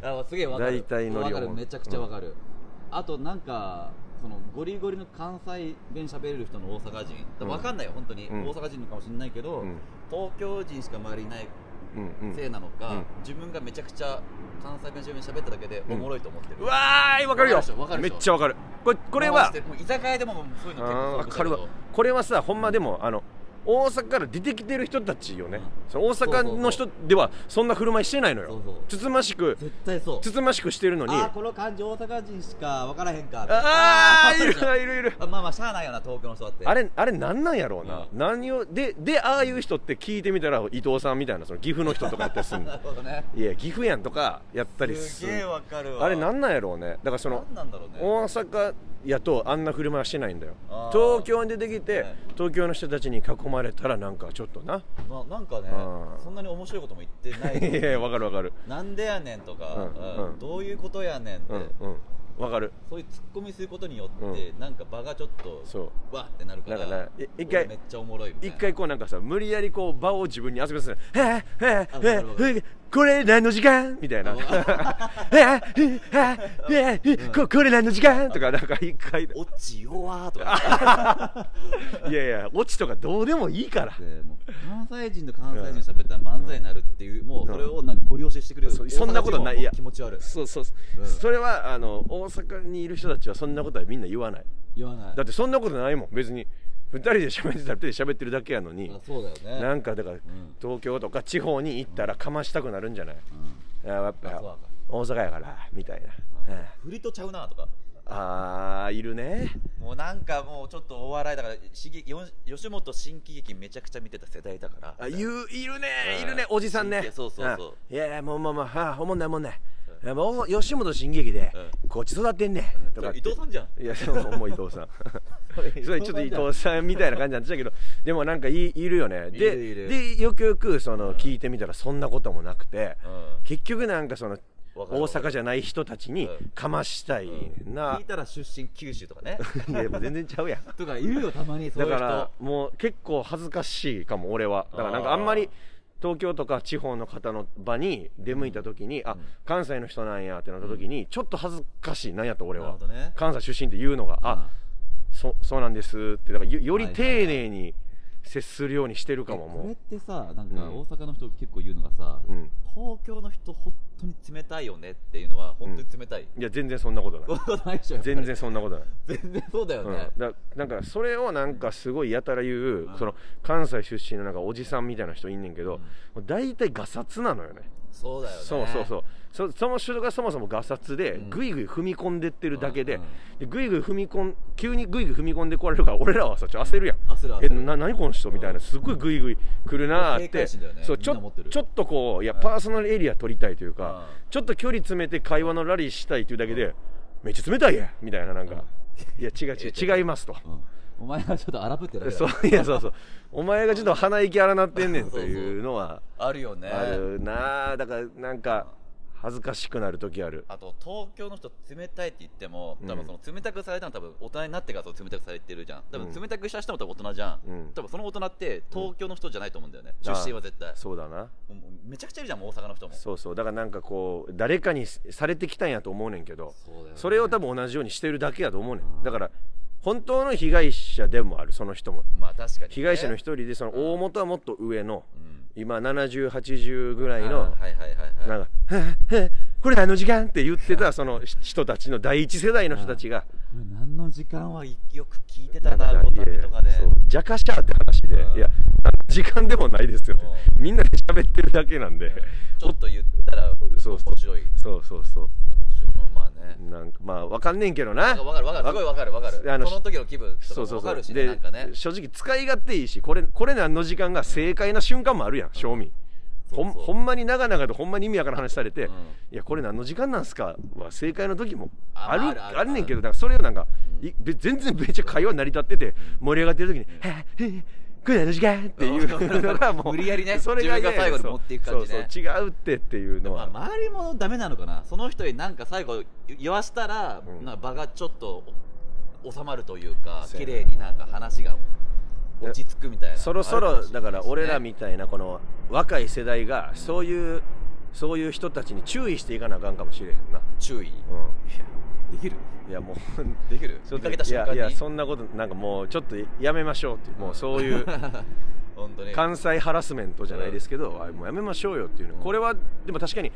Speaker 3: あすげえわかる
Speaker 2: 大体ノリを
Speaker 3: わかる
Speaker 2: 思う
Speaker 3: めちゃくちゃわかる、あとなんかそのゴリゴリの関西弁喋れる人の大阪人
Speaker 2: うん
Speaker 3: わかんないよ本当に、
Speaker 2: うん
Speaker 3: 大阪人かもしれないけど、
Speaker 2: うん
Speaker 3: 東京人しか周りいない
Speaker 2: うんうん
Speaker 3: せいなのか、
Speaker 2: うん
Speaker 3: 自分がめちゃくちゃ関西弁喋っただけでおもろいと思ってる、
Speaker 2: うわーいわかるよ
Speaker 3: わかるでしょわかる
Speaker 2: め
Speaker 3: で
Speaker 2: っ
Speaker 3: しょ
Speaker 2: ちゃわかるこれこれは
Speaker 3: もう居酒屋でもそういうの結構
Speaker 2: あー
Speaker 3: すごく
Speaker 2: かるわ
Speaker 3: だけど
Speaker 2: これはさほんまでもあの大阪から出てきてる人たちよね、
Speaker 3: うん
Speaker 2: その大阪の人ではそんな振る舞いしてないのよ
Speaker 3: そうそう
Speaker 2: つつましく
Speaker 3: 絶対そう
Speaker 2: つつましくしてるのに
Speaker 3: あー
Speaker 2: あ
Speaker 3: この感じ大阪人しか分からへんか
Speaker 2: あ
Speaker 3: ー
Speaker 2: ーい
Speaker 3: わかじゃん
Speaker 2: るいるいる
Speaker 3: あまあまあしゃあないよな東京の人だって
Speaker 2: あれあれなんなんやろうな、
Speaker 3: うん
Speaker 2: 何をででああいう人って聞いてみたら伊藤さんみたいなその岐阜の人とかやったりすんの
Speaker 3: なるほどね
Speaker 2: いや岐阜やんとかやったりす
Speaker 3: すげえ
Speaker 2: る
Speaker 3: わかるわ
Speaker 2: あれなんんなんやろうねだからその
Speaker 3: なんなんだろうね
Speaker 2: 大阪やとあんな振る舞いはしてないんだよ
Speaker 3: あー
Speaker 2: 東京に出てきて、
Speaker 3: はい
Speaker 2: 東京の人たちに囲まれたらなんかちょっとな
Speaker 3: ななんかね
Speaker 2: うん
Speaker 3: そんなに面白いことも言って ない
Speaker 2: いやわかるわかる
Speaker 3: なんでやねんとか、
Speaker 2: うん
Speaker 3: うん
Speaker 2: うん
Speaker 3: どういうことやねんって、
Speaker 2: うんうんわかる
Speaker 3: そういうツッコミすることによって、なんか場がちょっと
Speaker 2: そう
Speaker 3: わってなるから
Speaker 2: だからい一回
Speaker 3: 俺めっちゃおもろいみたい
Speaker 2: 一
Speaker 3: な
Speaker 2: 回こうなんかさ無理やりこう場を自分に遊びさせる「えええ
Speaker 3: あわ
Speaker 2: え
Speaker 3: かるわか
Speaker 2: ええこれ何の時間?」みたいな
Speaker 3: あわ
Speaker 2: 「ええええええここれ何の時間?」とかなんか一回
Speaker 3: 「オチ弱」とか
Speaker 2: いやいやオチとかどうでもいいから
Speaker 3: でも う関西人と関西人喋ったら漫才になるっていう、もうそれをなんかご利用ししてくれる
Speaker 2: そうそんなことないいや
Speaker 3: 気持ち悪い
Speaker 2: そうそう、
Speaker 3: うん
Speaker 2: それはあの大阪にいる人たちはそんなことはみんな言わない
Speaker 3: 言わない
Speaker 2: だってそんなことないもん別に2人で喋ってたら2人で喋ってるだけやのに
Speaker 3: あそうだよね
Speaker 2: なんかだから、東京とか地方に行ったらかましたくなるんじゃない、あやっ
Speaker 3: あ
Speaker 2: ぱ
Speaker 3: そうか
Speaker 2: 大阪やからみたいな、うん
Speaker 3: 振りとちゃうなとか
Speaker 2: あーいるね
Speaker 3: もうなんかもうちょっとお笑いだから刺激よ吉本新喜劇めちゃくちゃ見てた世代だから
Speaker 2: あ言ういるね
Speaker 3: うん
Speaker 2: いるねおじさん
Speaker 3: い
Speaker 2: ね
Speaker 3: やそうそうそうん
Speaker 2: いやいやもうまあまああおもんないおもんないいやもう吉本新喜劇で
Speaker 3: う
Speaker 2: こっち育ってんねとかって
Speaker 3: 伊藤さんじゃん
Speaker 2: いやそうもう伊藤 さんそれちょっと伊藤さんみたいな感じなんでしたけどでもなんかいいるよねで
Speaker 3: いるいる
Speaker 2: でよくよくその聞いてみたらそんなこともなくて、
Speaker 3: うん
Speaker 2: 結局なんかその
Speaker 3: わかる
Speaker 2: 大
Speaker 3: わかる
Speaker 2: 阪じゃない人たちに
Speaker 3: うん
Speaker 2: かましたいな
Speaker 3: 聞い、たら出身九州とかね
Speaker 2: いやもう全然ちゃうやん
Speaker 3: とか言うよたまにそう
Speaker 2: だ
Speaker 3: い
Speaker 2: か
Speaker 3: う人
Speaker 2: らもう結構恥ずかしいかも俺はだからなんかあんまり東京とか地方の方の場に出向いた時に、あ関西の人なんやってなった時に、ちょっと恥ずかしいなんやと俺
Speaker 3: な
Speaker 2: は
Speaker 3: る、ほどね
Speaker 2: 関西出身って言うのが、あそそうなんですってだからよより
Speaker 3: はいはいはい
Speaker 2: 丁寧に接するようにしてるかも
Speaker 3: これ
Speaker 2: も
Speaker 3: ってさなん
Speaker 2: う
Speaker 3: か
Speaker 2: ん
Speaker 3: 大阪の人結構言うのがさ、
Speaker 2: う、うん、
Speaker 3: 東京の人本当に冷たいよねっていうのは本当に冷たい、
Speaker 2: いや全然そんなことな
Speaker 3: そん
Speaker 2: い
Speaker 3: なことないでしょやっぱり
Speaker 2: 全然そんなことない
Speaker 3: 全然そうだよ
Speaker 2: う
Speaker 3: ね、
Speaker 2: ん、だなんかそれをなんかすごいやたら言う、
Speaker 3: うん
Speaker 2: その関西出身のなんかおじさんみたいな人いんねんけど、
Speaker 3: うん
Speaker 2: もう大体ガサツなのよね
Speaker 3: そうだよね
Speaker 2: そうそうそうそその人がそもそもガサツで
Speaker 3: うん
Speaker 2: ぐいぐい踏み込んでってるだけで
Speaker 3: うんうん
Speaker 2: でぐいぐい踏み込ん急にぐいぐい踏み込んでこられるから俺らはさちょっと焦るやん
Speaker 3: 焦る焦る
Speaker 2: えな何この人みたいなすっごいぐいぐい来るなーっ
Speaker 3: 警戒
Speaker 2: て
Speaker 3: 心だよね
Speaker 2: そうち
Speaker 3: みんな持
Speaker 2: ょ
Speaker 3: ってる
Speaker 2: ちょっとこういやパーソナルエリア取りたいというか
Speaker 3: う
Speaker 2: ちょっと距離詰めて会話のラリーしたいっていうだけでめっちゃ冷たいやんみたいななんかいや違う違う違いますと。
Speaker 3: うんお前はちょっと荒ぶってるだけ
Speaker 2: そ
Speaker 3: だよ
Speaker 2: ういやそうそうお前がちょっと鼻息荒なってんねんというのは
Speaker 3: あるよね
Speaker 2: あるなあだからなんか恥ずかしくなる時ある
Speaker 3: あと東京の人冷たいって言っても多分その冷たくされたの多分大人になってからそう冷たくされてるじゃん多
Speaker 2: うん
Speaker 3: 分冷たくした人も多分大人じゃん、
Speaker 2: うん
Speaker 3: 多分その大人って東京の人じゃないと思うんだよね、
Speaker 2: うん
Speaker 3: 出身は絶対
Speaker 2: そうだな
Speaker 3: もうもうめちゃくちゃいるじゃんもう大阪の人も
Speaker 2: そうそうだからなんかこう誰かにされてきたんやと思うねんけど
Speaker 1: そうだよね
Speaker 2: それを多分同じようにしてるだけやと思うねんだから本当の被害者でもあるその人も
Speaker 3: まあ確かにね、
Speaker 2: 被害者の一
Speaker 3: 人
Speaker 2: 人でその大元はもっと上の
Speaker 3: うん
Speaker 2: 今7080ぐらい
Speaker 3: あ
Speaker 2: の
Speaker 3: ーはいはいはいはい
Speaker 2: なんか「はあはあこれ何の時間?」って言ってたその人たちの第一世代の人たちが
Speaker 1: これ何の時間は
Speaker 3: よく聞いて
Speaker 2: な
Speaker 3: た
Speaker 2: んか
Speaker 3: な
Speaker 2: な
Speaker 3: ご
Speaker 2: いや
Speaker 3: た
Speaker 2: い
Speaker 3: び
Speaker 2: や
Speaker 3: とかで
Speaker 2: そうジャカシャーって話で
Speaker 3: うん
Speaker 2: いや何の時間でもないですよね
Speaker 3: う
Speaker 2: みんなで喋ってるだけなんで
Speaker 3: ちょっと言ったら面
Speaker 2: そうそう
Speaker 3: 白い面
Speaker 2: そうそうそう
Speaker 3: 白いまあね
Speaker 2: なんかまあわかんねんけど
Speaker 3: な
Speaker 2: な
Speaker 3: んかわかるわかるすごいわかるわかる
Speaker 2: あの
Speaker 3: その時の気分
Speaker 2: そ
Speaker 3: と
Speaker 2: う
Speaker 3: か
Speaker 2: そう
Speaker 3: わ
Speaker 2: そ
Speaker 3: か
Speaker 2: う
Speaker 3: るしねなん
Speaker 2: で
Speaker 3: かね
Speaker 2: 正直使い勝手いいしこれこれ何の時間が正解な瞬間もあるやん正味ほん
Speaker 3: そうそう
Speaker 2: ほんまに長々とほんまに意味わからん話されて、
Speaker 3: うん
Speaker 2: いやこれ何の時間なんすかは正解の時も
Speaker 3: あ
Speaker 2: ある
Speaker 3: ま
Speaker 2: あ
Speaker 3: ああるある
Speaker 2: んねんけどだからそれをなんか、
Speaker 3: うん
Speaker 2: いべ全然めっちゃ会話成り立ってて盛り上がってる時に「はぁはぁこれ何の時間?」っていうのがもう
Speaker 3: 無理やりね
Speaker 2: それが
Speaker 3: 自分が最後に持っていく感じね
Speaker 2: そうそう違うってっていうの
Speaker 3: まあ
Speaker 2: は、
Speaker 3: 周りもダメなのかなその人になんか最後言わしたら、
Speaker 2: うん
Speaker 3: なんか場がちょっとお収まるというか
Speaker 2: そうや
Speaker 3: 綺
Speaker 2: な
Speaker 3: 麗になんか話が落ち着くみたいな
Speaker 2: そろそろだから俺ら
Speaker 3: み
Speaker 2: みたいなこの若い世代がそういうそういう人たちに注意していかなあかんかもしれへんな、
Speaker 3: 注意
Speaker 2: う
Speaker 1: できる
Speaker 2: ん、いや もう
Speaker 3: できる
Speaker 2: ちょ
Speaker 3: 見
Speaker 2: っと
Speaker 3: かけた瞬間に
Speaker 2: いやいやそんなことなんかもうちょっとやめましょうっていうもうそう いう
Speaker 3: 本当に
Speaker 2: 関西ハラスメントじゃないですけど、あもうやめましょうよっていうの、これはでも確かに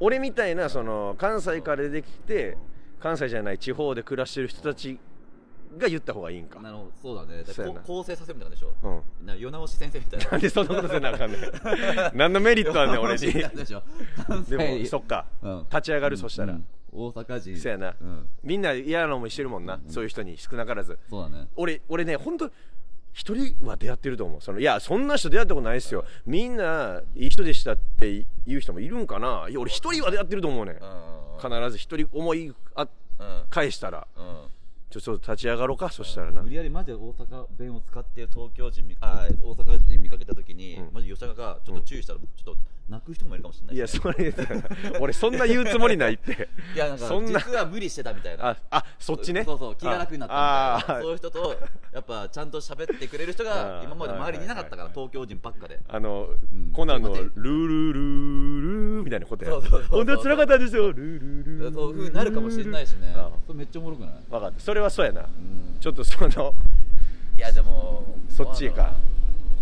Speaker 2: 俺みたいなその関西から出てきて関西じゃない地方で暮らしてる人たちが言った方がいいんか、
Speaker 1: な
Speaker 2: う
Speaker 1: るほど
Speaker 3: そうだねだ
Speaker 2: そうや
Speaker 3: から
Speaker 2: な
Speaker 3: こ構成させるみたいなんでしょ
Speaker 2: ん、
Speaker 3: な世直し先生みたいな
Speaker 2: なんでそんなことせなあかんね ん何のメリットあんねん俺に
Speaker 3: 世直しみたいなんでしょ関西
Speaker 2: でもそっか、
Speaker 1: うん
Speaker 2: 立ち上がる、そしたら、
Speaker 1: うん大阪人
Speaker 2: そやな、
Speaker 1: うん、
Speaker 2: みんな嫌なのもしてるもんな、そういう人に少なからず
Speaker 1: そうだね
Speaker 2: 俺俺ね本当一人は出会ってると思うそのいやそんな人出会ったことないですよみんないい人でしたって言う人もいるんかないや俺一人は出会ってると思うねん
Speaker 3: うんうんうん
Speaker 2: 必ず一人思いあ
Speaker 3: うん
Speaker 2: 返したら
Speaker 3: うん
Speaker 2: ちょちょっと立ち上がろうかそしたらな
Speaker 1: 無理やりマジで大阪弁を使
Speaker 3: 使
Speaker 1: っ
Speaker 3: ってる東京人見あー大阪人見かけた時に、
Speaker 2: うん
Speaker 3: マジ吉高がちょっと注意したらちょっと泣く人もいるかもしれない
Speaker 2: いや
Speaker 3: しね、
Speaker 2: それ俺そんな言うつもりないって
Speaker 3: いやなんか
Speaker 2: そんな
Speaker 3: 実は無理してたみたいな
Speaker 2: ああそっちね
Speaker 3: そうそう気が楽になったみたい
Speaker 2: あ
Speaker 3: な
Speaker 2: あ
Speaker 3: そういう人とやっぱちゃんと喋ってくれる人
Speaker 2: あ
Speaker 3: が
Speaker 2: ー
Speaker 3: 今まで周りにいなかったか
Speaker 2: は
Speaker 3: ら
Speaker 2: いは
Speaker 3: 東京人ばっかで
Speaker 2: あの、
Speaker 3: ん
Speaker 2: コナンの「
Speaker 3: ちょっ
Speaker 2: ル
Speaker 3: と待って
Speaker 2: ルルルー」みたいなことや
Speaker 3: そうそうそうそう
Speaker 2: 本当はつらかったんですよルルルル
Speaker 3: そういうふうになるかもしれないしね
Speaker 2: あ
Speaker 1: それめっちゃおもろくない
Speaker 2: 分かったそれはそうやな、
Speaker 1: ん
Speaker 2: ちょっと その
Speaker 3: いやでも
Speaker 2: そっちか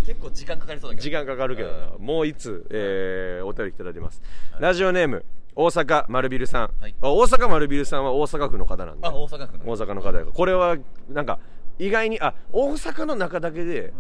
Speaker 3: 結構時間かかりそうだけど
Speaker 2: 時間かかるけどな、
Speaker 3: うん
Speaker 2: もういつ、えーお便りいただいてます、ラジオネーム大阪丸ビルさん、
Speaker 3: はい
Speaker 2: あ大阪丸ビルさんは大阪府の方なんで
Speaker 3: あ大阪府の
Speaker 2: 大阪の方やからこれはなんか意外にあ大阪の中だけで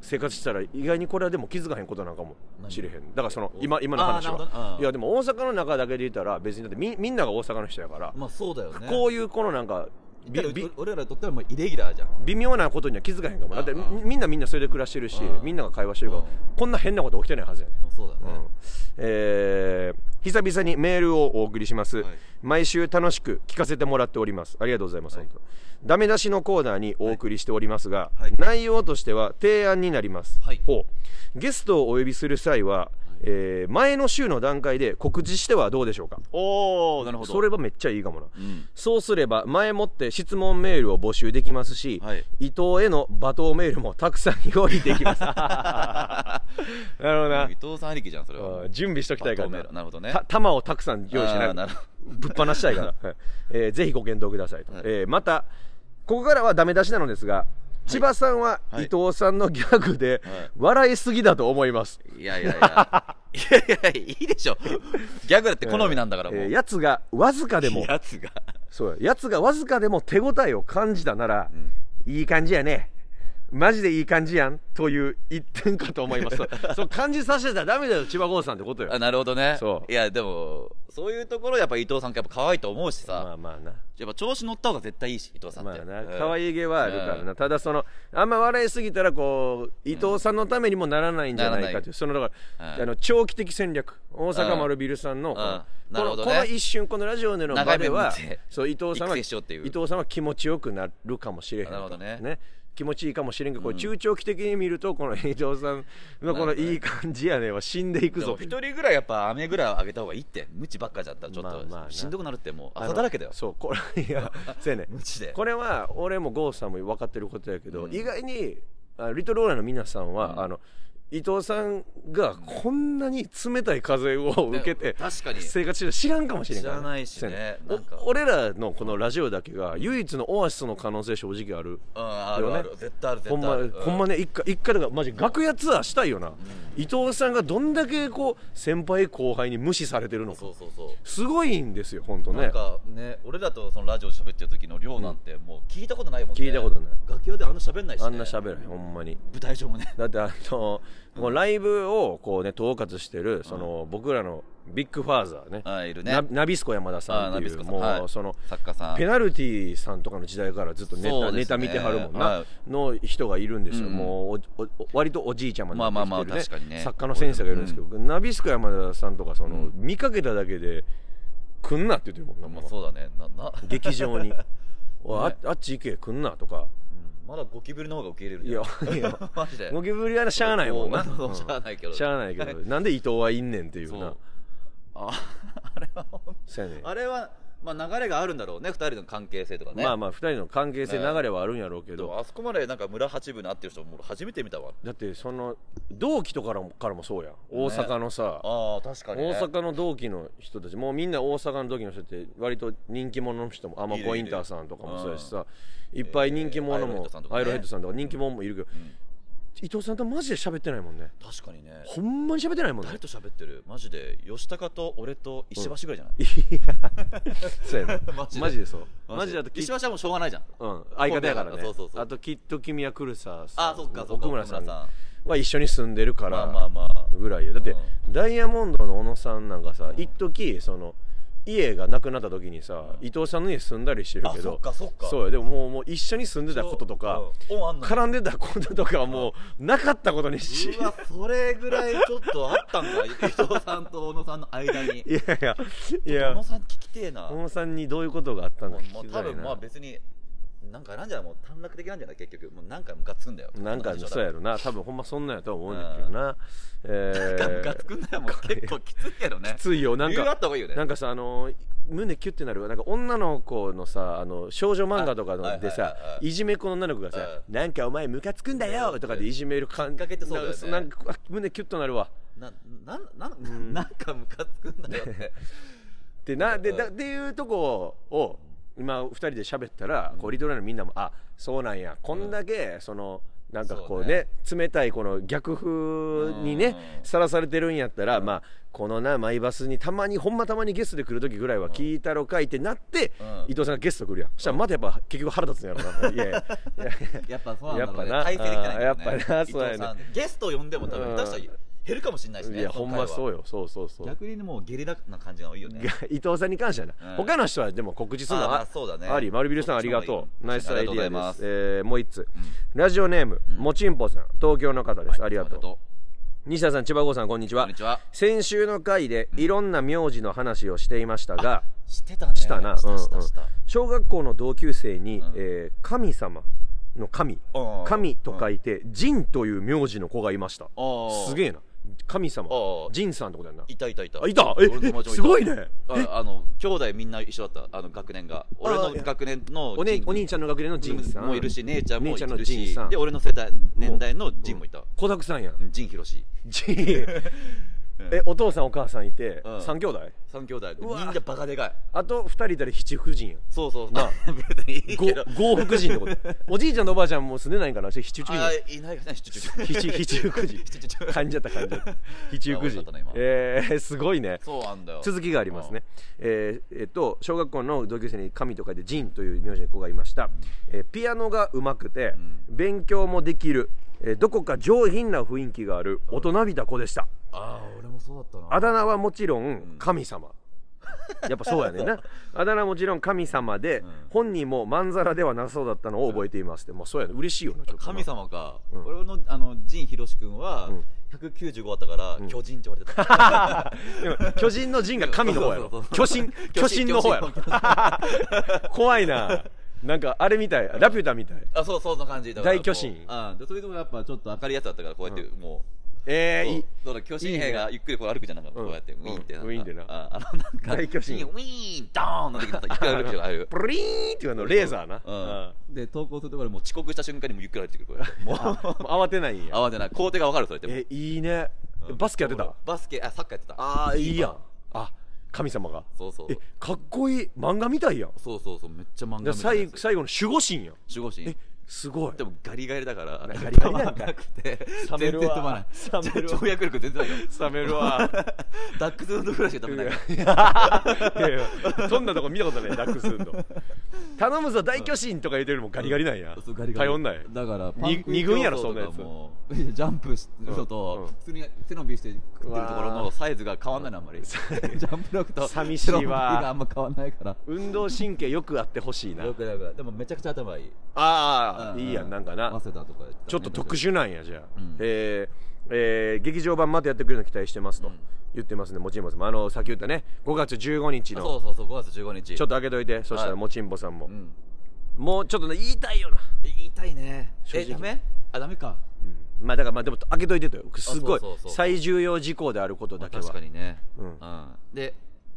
Speaker 2: 生活したら意外にこれはでも気づかへんことなんかもしれへんだからその今今の話
Speaker 3: あーなるほど
Speaker 2: は
Speaker 3: うん
Speaker 2: いやでも大阪の中だけで言ったら別にだってみみんなが大阪の人やから、
Speaker 3: うんまあそうだよね
Speaker 2: こういうこのなんか
Speaker 3: だから
Speaker 2: びび
Speaker 3: 俺らにとってはもうイレギュラーじゃん
Speaker 2: 微妙なことには気づかへんかもだって
Speaker 3: うん
Speaker 2: み
Speaker 3: うん
Speaker 2: みんなみんなそれで暮らしてるし
Speaker 3: うん
Speaker 2: みんなが会話してるから
Speaker 3: うん
Speaker 2: こんな変なこと起きてないはずやね
Speaker 3: そうだね、
Speaker 2: えー久々にメールをお送りします、
Speaker 3: はい
Speaker 2: 毎週楽しく聞かせてもらっておりますありがとうございます、
Speaker 3: はい
Speaker 2: 本当ダメ出しのコーナーにお送りしておりますが、
Speaker 3: はい
Speaker 2: 内容としては提案になります、
Speaker 3: はい
Speaker 2: ほうゲストをお呼びする際は、えー前の週の段階で告知してはどうでしょうか
Speaker 3: おおなるほど
Speaker 2: そ れはめっちゃいいかもな、
Speaker 3: うん
Speaker 2: そうすれば前もって質問メールを募集できますし、
Speaker 3: はい
Speaker 2: 伊藤への罵倒メールもたくさん用意でき ますなるほどな
Speaker 3: 伊藤さんありきじゃんそれ
Speaker 2: う
Speaker 3: は
Speaker 2: ん準備しときたいから
Speaker 3: まとめろなるほどね
Speaker 2: た弾をたくさん用意し
Speaker 3: あ
Speaker 2: な
Speaker 3: ー
Speaker 2: い
Speaker 3: なるほ
Speaker 2: ぶっ放した いから、はいえーぜひご検討くださいと、
Speaker 3: はい
Speaker 2: えーまたここからはダメ出しなのですが千葉さんは
Speaker 3: は
Speaker 2: 伊
Speaker 3: い
Speaker 2: 藤さんのギャグで
Speaker 3: はい
Speaker 2: 笑いすぎだと思います、
Speaker 3: どいやいやいやいやいやいいでしょギャグだって好みなんだからもう、
Speaker 2: えーやつがわずかでも
Speaker 3: やつが
Speaker 2: そうやつがわずかでも手応えを感じたなら、いい感じやねマジでいい感じやんという一点かと思い ますそうそう感じさせたらダメだよ千葉郷さんってことよ
Speaker 3: あなるほどね
Speaker 2: そう
Speaker 3: やでもそういうところやっぱ伊藤さんやっぱ可愛いと思うしさ、
Speaker 2: まあまあな
Speaker 3: やっぱ調子乗った方が絶対いいし伊藤さん
Speaker 2: ま
Speaker 3: って、
Speaker 2: あな
Speaker 3: うん
Speaker 2: 可愛げはあるからな、ただそのあんま笑いすぎたらこう伊藤さんのためにもならないんじゃないかという、
Speaker 3: うん
Speaker 2: そのだから、
Speaker 3: うん
Speaker 2: あの長期的戦略大阪丸ビルさんの、
Speaker 3: うん
Speaker 2: この
Speaker 3: うんなるほどね
Speaker 2: このこの一瞬このラジオでの場では
Speaker 3: 長い目で見て
Speaker 2: そう伊藤さんは
Speaker 3: 育成しようっていう
Speaker 2: 伊藤さんは気持ちよくなるかもしれへんと
Speaker 3: なるほどね
Speaker 2: ね気持ちいいかもしれんけど、これ
Speaker 3: うん
Speaker 2: 中長期的に見るとこの伊藤さんのこのいい感じやねは死んでいく
Speaker 3: でも
Speaker 2: ぞ
Speaker 3: 一人ぐらいやっぱ雨ぐらいあげた方がいいって無知ばっかじゃったらちょ
Speaker 2: まあまあ
Speaker 3: っ
Speaker 2: な
Speaker 3: としんどくなるってもう
Speaker 2: あの
Speaker 3: 朝だらけだよ
Speaker 2: そうこれい やそうやね
Speaker 3: 無知で
Speaker 2: これは俺も郷さんも分かってることやけど、
Speaker 3: うん
Speaker 2: 意外にあリトルオーライの皆さんは、
Speaker 3: うん
Speaker 2: あの伊藤さんがこんなに冷たい風を受けて
Speaker 3: 確かに
Speaker 2: 生活してる知らんかもしれんから
Speaker 3: 知らないしね
Speaker 2: そうや
Speaker 3: なんか
Speaker 2: お俺らのこのラジオだけが唯一のオアシスの可能性正直ある
Speaker 3: うんあるある
Speaker 2: よね
Speaker 3: 絶対ある絶
Speaker 2: ほん
Speaker 3: 対あ
Speaker 2: ま、
Speaker 3: る
Speaker 2: ほんまね一回一回だからマジ楽屋ツアーしたいよな、伊藤さんがどんだけこう先輩後輩に無視されてるのか
Speaker 3: そうそうそう
Speaker 2: すごいんですよ本当
Speaker 3: な
Speaker 2: ね
Speaker 3: んかね、俺らとそのラジオで喋ってる時の量なんてもう聞いたことないもんね。
Speaker 2: 聞いたことない
Speaker 3: 楽屋であんな喋んないし、ね。
Speaker 2: あんな喋らへんほんまに
Speaker 3: 舞台上もね。
Speaker 2: だってあのもうライブをこうね統括してるその、僕らのビッグファーザーね
Speaker 3: あいるね。
Speaker 2: ナナビスコ山田さんっていう
Speaker 3: あナビスコさん
Speaker 2: もう、
Speaker 3: はい
Speaker 2: その
Speaker 3: 作家さん。
Speaker 2: ペナルティーさんとかの時代からずっとネタ,、
Speaker 3: そうですね
Speaker 2: ネタ見てはるもんな、
Speaker 3: は
Speaker 2: の人がいるんですよ、
Speaker 3: うん
Speaker 2: もうおおお割とおじいちゃんまで
Speaker 3: まあまあまあ
Speaker 2: 出てきてる
Speaker 3: 確かにね
Speaker 2: 作家の先生がいるんですけど、ナビスコ山田さんとかその、
Speaker 3: うん
Speaker 2: 見かけただけで来んなって言ってるもんな、も
Speaker 3: まあ
Speaker 2: う
Speaker 3: そうだね。なな
Speaker 2: 劇場 においああっち行け来んなとか
Speaker 3: うんまだゴキブリの方が受け入れる
Speaker 2: い
Speaker 3: じゃ
Speaker 2: や
Speaker 3: ん。
Speaker 2: いや
Speaker 3: マジで。
Speaker 2: ゴキブリはしゃあないもんな、
Speaker 3: そう
Speaker 2: うん
Speaker 3: しゃあないけど
Speaker 2: しゃあないけどなんで伊藤はいんねんっていう
Speaker 3: そ
Speaker 2: な
Speaker 3: う。ああれはほん
Speaker 2: そうやねん
Speaker 3: あれはまあ流れがあるんだろうね。二人の関係性とかね。
Speaker 2: まあまあ2人の関係性流れはあるんやろうけ
Speaker 3: で
Speaker 2: ど、
Speaker 3: もあそこまでなんか村八部に会ってる人も俺初めて見たわ。
Speaker 2: だってその同期とかからもからもそうやん大阪のさ、
Speaker 3: ああ確かに、ね。
Speaker 2: 大阪の同期の人たちもうみんな大阪の同期の人って割と人気者の人もアマ
Speaker 3: いるい
Speaker 2: コ
Speaker 3: る
Speaker 2: インターさんとかもそうやしさいっぱい人気者も、
Speaker 3: えー
Speaker 2: ア
Speaker 3: ア
Speaker 2: イロ
Speaker 3: イロ
Speaker 2: ヘッ
Speaker 3: ヘッ
Speaker 2: ド
Speaker 3: ド
Speaker 2: さんとか人気者もいるけど、
Speaker 3: うん
Speaker 2: 伊藤さんとマジで喋ってないもんね
Speaker 3: 確かにね。
Speaker 2: ほんまに喋ってない もんね
Speaker 3: 誰と喋ってるマジで吉高と俺と石橋ぐらいじゃない、
Speaker 2: いやそうやなマ
Speaker 3: マ
Speaker 2: ジ
Speaker 3: ジで
Speaker 2: でそうマジであとき
Speaker 3: 石橋はもうしょうがないじゃん
Speaker 2: うん、相方やからね
Speaker 3: そうそうそう
Speaker 2: あときっと君は来るささ
Speaker 3: あそっかそっか
Speaker 2: 奥村さん
Speaker 3: 奥村
Speaker 2: は一緒に住んでるか
Speaker 3: ま
Speaker 2: ら、
Speaker 3: あまあまあ
Speaker 2: ぐらいよだって、
Speaker 3: う
Speaker 2: ダイヤモンドの小野さんなんかさ一時、その家がなくなった時にさ、伊藤さんの家住んだりしてるけど
Speaker 3: あそっかそっか
Speaker 2: そうよでももうもう一緒に住んでたこととか、
Speaker 3: うんおあんの
Speaker 2: 絡んでたこととかはもうなかったことにし
Speaker 3: うわそれぐらいちょっとあったん だ伊藤さんと小野さんの間に
Speaker 2: いやいやい
Speaker 3: 小
Speaker 2: や
Speaker 3: 野さん聞きてえな
Speaker 2: 小
Speaker 3: も
Speaker 2: 野さんにどういうことがあったのか
Speaker 3: う
Speaker 2: 聞
Speaker 3: もう
Speaker 2: きた
Speaker 3: 多
Speaker 2: い
Speaker 3: 分ま
Speaker 2: な
Speaker 3: あ別になんかなんじゃないもう短絡的なんじゃない結局もうなんかムカつくんだよ
Speaker 2: なんか
Speaker 3: でしょ
Speaker 2: そうやろな多分ほんまそんなんやとは思うんだけどな、え
Speaker 3: だからムカつ
Speaker 2: ー、
Speaker 3: くんだよもう結構きついけどね
Speaker 2: きついよなん
Speaker 3: 理由あ
Speaker 2: か
Speaker 3: った方がいいよね
Speaker 2: なんかさあのー胸キュッてなるなんか女の子のさあの少女漫画とか
Speaker 3: あは
Speaker 2: の
Speaker 3: い
Speaker 2: で
Speaker 3: は
Speaker 2: さ
Speaker 3: いはいはい
Speaker 2: いじめっ子の女の子がさ「
Speaker 3: う
Speaker 2: なんかお前ムカつくんだよ」とかでいじめる感
Speaker 3: きっかけってそうだよね
Speaker 2: なんなんかあ胸キュッとなるわ
Speaker 3: ななななんかムカつくんだよ って
Speaker 2: ってなで
Speaker 3: うん
Speaker 2: だっていうとこを今2人で喋ったら、こうリトルラインのみんなも「あそうなんやこんだけそのなんかこうね冷たいこの逆風にね
Speaker 3: うん
Speaker 2: さらされてるんやったら、まあこのなマイバスにたまにほんまたまにゲストで来る時ぐらいは聞いたろかいってなって、
Speaker 3: うん
Speaker 2: 伊藤さんがゲスト来るやんそしたらまたやっぱ結局腹立つんやろないやいやいや
Speaker 3: やっぱそうなんだろうね。
Speaker 2: やっぱな
Speaker 3: 体制できてないんだろうね。
Speaker 2: やっぱなそうやね
Speaker 3: 伊藤さんゲスト呼んでも多
Speaker 2: うん
Speaker 3: 分、下手したら減るかもしれないしね。
Speaker 2: いやほんまそう
Speaker 3: よ。
Speaker 2: よそうそうそう
Speaker 3: 逆にもうゲリラな感じが多いよね。
Speaker 2: が 伊藤さんに関してはな、
Speaker 3: うん
Speaker 2: 他の人はでも告知するの
Speaker 3: あーま
Speaker 2: は
Speaker 3: あそうだね
Speaker 2: あり丸ビルさんありが
Speaker 3: そっちの
Speaker 2: と
Speaker 3: 方が
Speaker 2: う
Speaker 3: いい
Speaker 2: ナイスアイディ
Speaker 3: ありがとうござい
Speaker 2: ア
Speaker 3: ま
Speaker 2: です
Speaker 3: す、
Speaker 2: えーもう一つ、ラジオネーム、もちんぽさん東京の方です、ありがとう
Speaker 3: こ
Speaker 2: 西田さん千葉郷さんこんにちは
Speaker 3: んにちは。
Speaker 2: 先週の回でいろんな名字の話をしていましたが、
Speaker 3: 知ってたね。
Speaker 2: したな、
Speaker 3: したし
Speaker 2: うん
Speaker 3: た
Speaker 2: うん
Speaker 3: した。
Speaker 2: 小学校の同級生に、
Speaker 3: ん
Speaker 2: えー神様の神、
Speaker 3: うん
Speaker 2: 神と書いて神という名字の子がいました
Speaker 3: ー
Speaker 2: すげえな神様
Speaker 3: ー
Speaker 2: 神さんってことやんない
Speaker 3: たいたいた。
Speaker 2: あいたえ
Speaker 3: 俺の友達も
Speaker 2: えすごいね
Speaker 3: ああの、兄弟みんな一緒だった。あの、学年が。俺の学年の
Speaker 2: お,、ね、お兄ちゃんの学年の神さん
Speaker 3: もいるし、姉ちゃんもい
Speaker 2: 姉ちゃんの
Speaker 3: る
Speaker 2: 神
Speaker 3: し
Speaker 2: さん、
Speaker 3: で、俺の世代、年代のジンもいた。
Speaker 2: 子だくさんや ん
Speaker 3: うんジンヒロシ。
Speaker 2: じえお父さんお母さんいて、
Speaker 3: うん
Speaker 2: 三兄弟
Speaker 3: 三兄弟で。
Speaker 2: う
Speaker 3: み
Speaker 2: わ
Speaker 3: んなバカでかい。
Speaker 2: あと二人いたら七福神やん
Speaker 3: そうそう。
Speaker 2: なあ
Speaker 3: 別にいい
Speaker 2: ご
Speaker 3: けど。
Speaker 2: 豪福神 ってことおじいちゃんとおばあちゃんも住んでないんから七福神や
Speaker 3: あ
Speaker 2: ん
Speaker 3: ーいないかな、ちょちょちょ
Speaker 2: 七七 福神
Speaker 3: ちょちょ
Speaker 2: 噛んじゃった噛んじゃ った七福
Speaker 3: あ美味し
Speaker 2: 神
Speaker 3: かったな今
Speaker 2: えー、すごいね
Speaker 3: そうなんだよ。
Speaker 2: 続きがありますね、えーえっと小学校の同級生に神とかでジンという名字の子がいました、えーピアノが上手くて、勉強もできる、えーどこか上品な雰囲気がある大人びた子でした、
Speaker 3: うん。ああ、俺もそうだったな。
Speaker 2: あだ名はもちろん神様、やっぱそうやねんなあだ名もちろん神様で、本人もまんざらではなさそうだったのを覚えていますって、まあそうやね嬉しいよなち ょっとな
Speaker 3: 神様か。俺の、あの、陣ひろし君は、195あったから、巨人って言われ てた。
Speaker 2: でも巨人の人が神の方やろ
Speaker 3: そうそうそう
Speaker 2: 巨神巨神の方やろ怖いななんかあれみたいラピュタみたい
Speaker 3: あそうそうそんな感じだから
Speaker 2: 大巨神
Speaker 3: こううんでそれでもやっぱちょっと明るいやつだったからこうやってもう、
Speaker 2: ええいい
Speaker 3: そうだから巨神兵がゆっくりこう歩くじゃんなんかこうやって
Speaker 2: う
Speaker 3: ウ
Speaker 2: ん
Speaker 3: ィーンって
Speaker 2: うんウィーンってな
Speaker 3: ああのなん か
Speaker 2: 大巨神
Speaker 3: ウィーンドーンの時にさ一回歩くじゃんああいう
Speaker 2: プリーンっていうあのレーザーな、
Speaker 3: うん
Speaker 2: あ
Speaker 1: で投稿するところも
Speaker 3: もう遅刻した瞬間にもうゆっくり歩いてくるこれもう
Speaker 2: あもう慌てないんや
Speaker 3: 慌てない工程が分かるそれって
Speaker 2: えいいねバスケやってた
Speaker 3: バスケあサッカーやってた
Speaker 2: ああいいやんあ神様が
Speaker 3: そうそう
Speaker 2: えかっこいい漫画みたいやん
Speaker 3: そうそうそうめっちゃ漫画み
Speaker 2: で
Speaker 3: たいな
Speaker 2: 最
Speaker 3: やつ
Speaker 2: 最後の守護神やん
Speaker 3: 守護神
Speaker 2: えすごい
Speaker 3: でもガリガリだから
Speaker 2: ガリガリなんだ
Speaker 3: 止まなくて
Speaker 2: 冷め
Speaker 3: 全
Speaker 2: る
Speaker 3: 然
Speaker 2: わ
Speaker 3: 飛ばない
Speaker 2: 冷めるわ
Speaker 3: 跳躍力全然ないよ
Speaker 2: 冷めるわ
Speaker 3: ダックスフンドぐらいしか食べな
Speaker 2: いや
Speaker 3: い
Speaker 2: いや飛んだとこ見たことないダックスフンド頼むぞ大巨神とか言うてるよりもガリガリなんや、
Speaker 1: そうガリガリ
Speaker 2: 頼んない
Speaker 1: だから
Speaker 2: に二軍やろ
Speaker 3: パ
Speaker 2: そん
Speaker 3: ンク
Speaker 2: なやつ
Speaker 3: 競争とかも
Speaker 1: いやジャンプするの
Speaker 2: うん
Speaker 1: と
Speaker 2: うん
Speaker 1: 普通に背伸びして食ってるところ
Speaker 2: うわ
Speaker 1: のサイズが変わんないのあんま りジャンプ力と
Speaker 2: 寂しいわ
Speaker 1: 背伸びがあんま変わんないから
Speaker 2: 運動神経よくあってほしいな
Speaker 1: よくだからでもめちゃくちゃ頭いい
Speaker 2: ああ、
Speaker 1: う
Speaker 2: いいやんなんかな
Speaker 1: 早稲田とかやてたね
Speaker 2: ちょっと特殊なんやじゃあ、
Speaker 1: ん
Speaker 2: えーえー劇場版またやってくれるの期待してますと、
Speaker 3: うん
Speaker 2: 言ってますねもちんぼさんもあの先言ったね5月15日
Speaker 3: あそ
Speaker 2: の
Speaker 3: うそうそう5月15日
Speaker 2: ちょっと開けといてそしたら
Speaker 3: はい
Speaker 2: もちんぼさんも、
Speaker 3: うん
Speaker 2: もうちょっとね言いたいよな、
Speaker 3: 言いたいね
Speaker 2: 正
Speaker 3: え
Speaker 2: 直
Speaker 3: ダメあダメか
Speaker 2: まあだからまあでも開けといてとよすごい
Speaker 3: そうそうそう
Speaker 2: 最重要事項であることだけは
Speaker 3: 確かにね
Speaker 2: うん
Speaker 3: うんで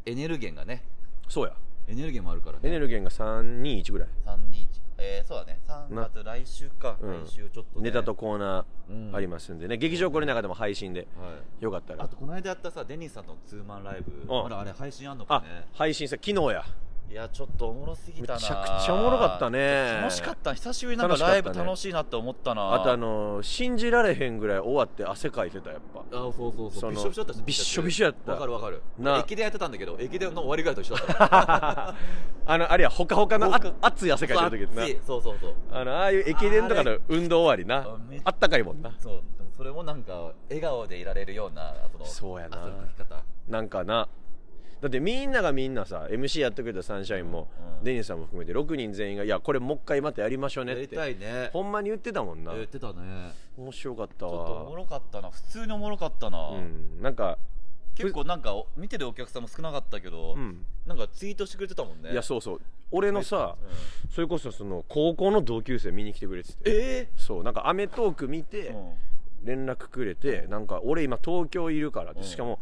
Speaker 3: エネル源がね
Speaker 2: そうや
Speaker 1: エネルギーもあるから
Speaker 2: エネ
Speaker 1: ね
Speaker 2: ルギーが321ぐらい、
Speaker 3: 321えーそうだね3
Speaker 2: な
Speaker 3: 月来週か
Speaker 2: うん
Speaker 3: 来週ちょっとね
Speaker 2: ネタとコーナ
Speaker 3: うん
Speaker 2: ーありますんでね、劇場これの中でも配信で
Speaker 3: はい
Speaker 2: よかったら
Speaker 3: あとこの間やったさデニーさんのツーマンライブ
Speaker 2: うん
Speaker 3: まだあれ配信あんのか
Speaker 2: あ
Speaker 3: ね
Speaker 2: 配信さ昨日や
Speaker 3: いやちょっとおもろすぎたな
Speaker 2: めちゃくちゃおもろかったね
Speaker 3: 楽しかった久しぶりになんかライブ楽しいなって思ったな
Speaker 2: あとあのー信じられへんぐらい終わって汗かいてたやっぱ
Speaker 1: あそうそう
Speaker 2: そ
Speaker 1: そう
Speaker 2: の
Speaker 1: びっしょびしょだったし
Speaker 2: びっしょびしょやった
Speaker 3: わかるわかる
Speaker 2: な
Speaker 3: 駅伝やってたんだけど駅伝の終わりぐらいと一緒だったから
Speaker 2: あのあれやほかほかのあ
Speaker 3: ほか
Speaker 2: 熱い汗かいてる時
Speaker 3: そう暑い
Speaker 2: な
Speaker 3: そうそうそう
Speaker 2: あのああいう駅伝とか
Speaker 3: あ
Speaker 2: の
Speaker 3: れ
Speaker 2: 運動終わりな
Speaker 3: あめっ
Speaker 2: あったかいもんな
Speaker 3: そうでもそれもなんか笑顔でいられるようなその
Speaker 2: そうやな
Speaker 3: 汗のかき方
Speaker 2: なんかなだってみんながみんなさ MC やってくれたサンシャインも、
Speaker 3: うん
Speaker 2: デニスさんも含めて6人全員が「いやこれもう一回またやりましょうね」
Speaker 3: や
Speaker 2: っ
Speaker 3: り
Speaker 2: て
Speaker 3: たいね
Speaker 2: ほんまに言ってたもんな
Speaker 3: 言ってたね
Speaker 2: 面白かった
Speaker 3: ちょっとおも
Speaker 2: わ
Speaker 3: ろかったな普通におもろかったな、
Speaker 2: うんなんか
Speaker 3: 結構なんかお見てるお客さんも少なかったけど、
Speaker 2: うん
Speaker 3: なんかツイートしてくれてたもんね
Speaker 2: いやそうそう俺のさ
Speaker 3: うん
Speaker 2: それこそその高校の同級生見に来てくれてて
Speaker 3: え
Speaker 2: そうなんか『アメトーーク』見て、
Speaker 3: えうん
Speaker 2: 連絡くれてなんか俺今東京いるからって
Speaker 3: うん
Speaker 2: しかも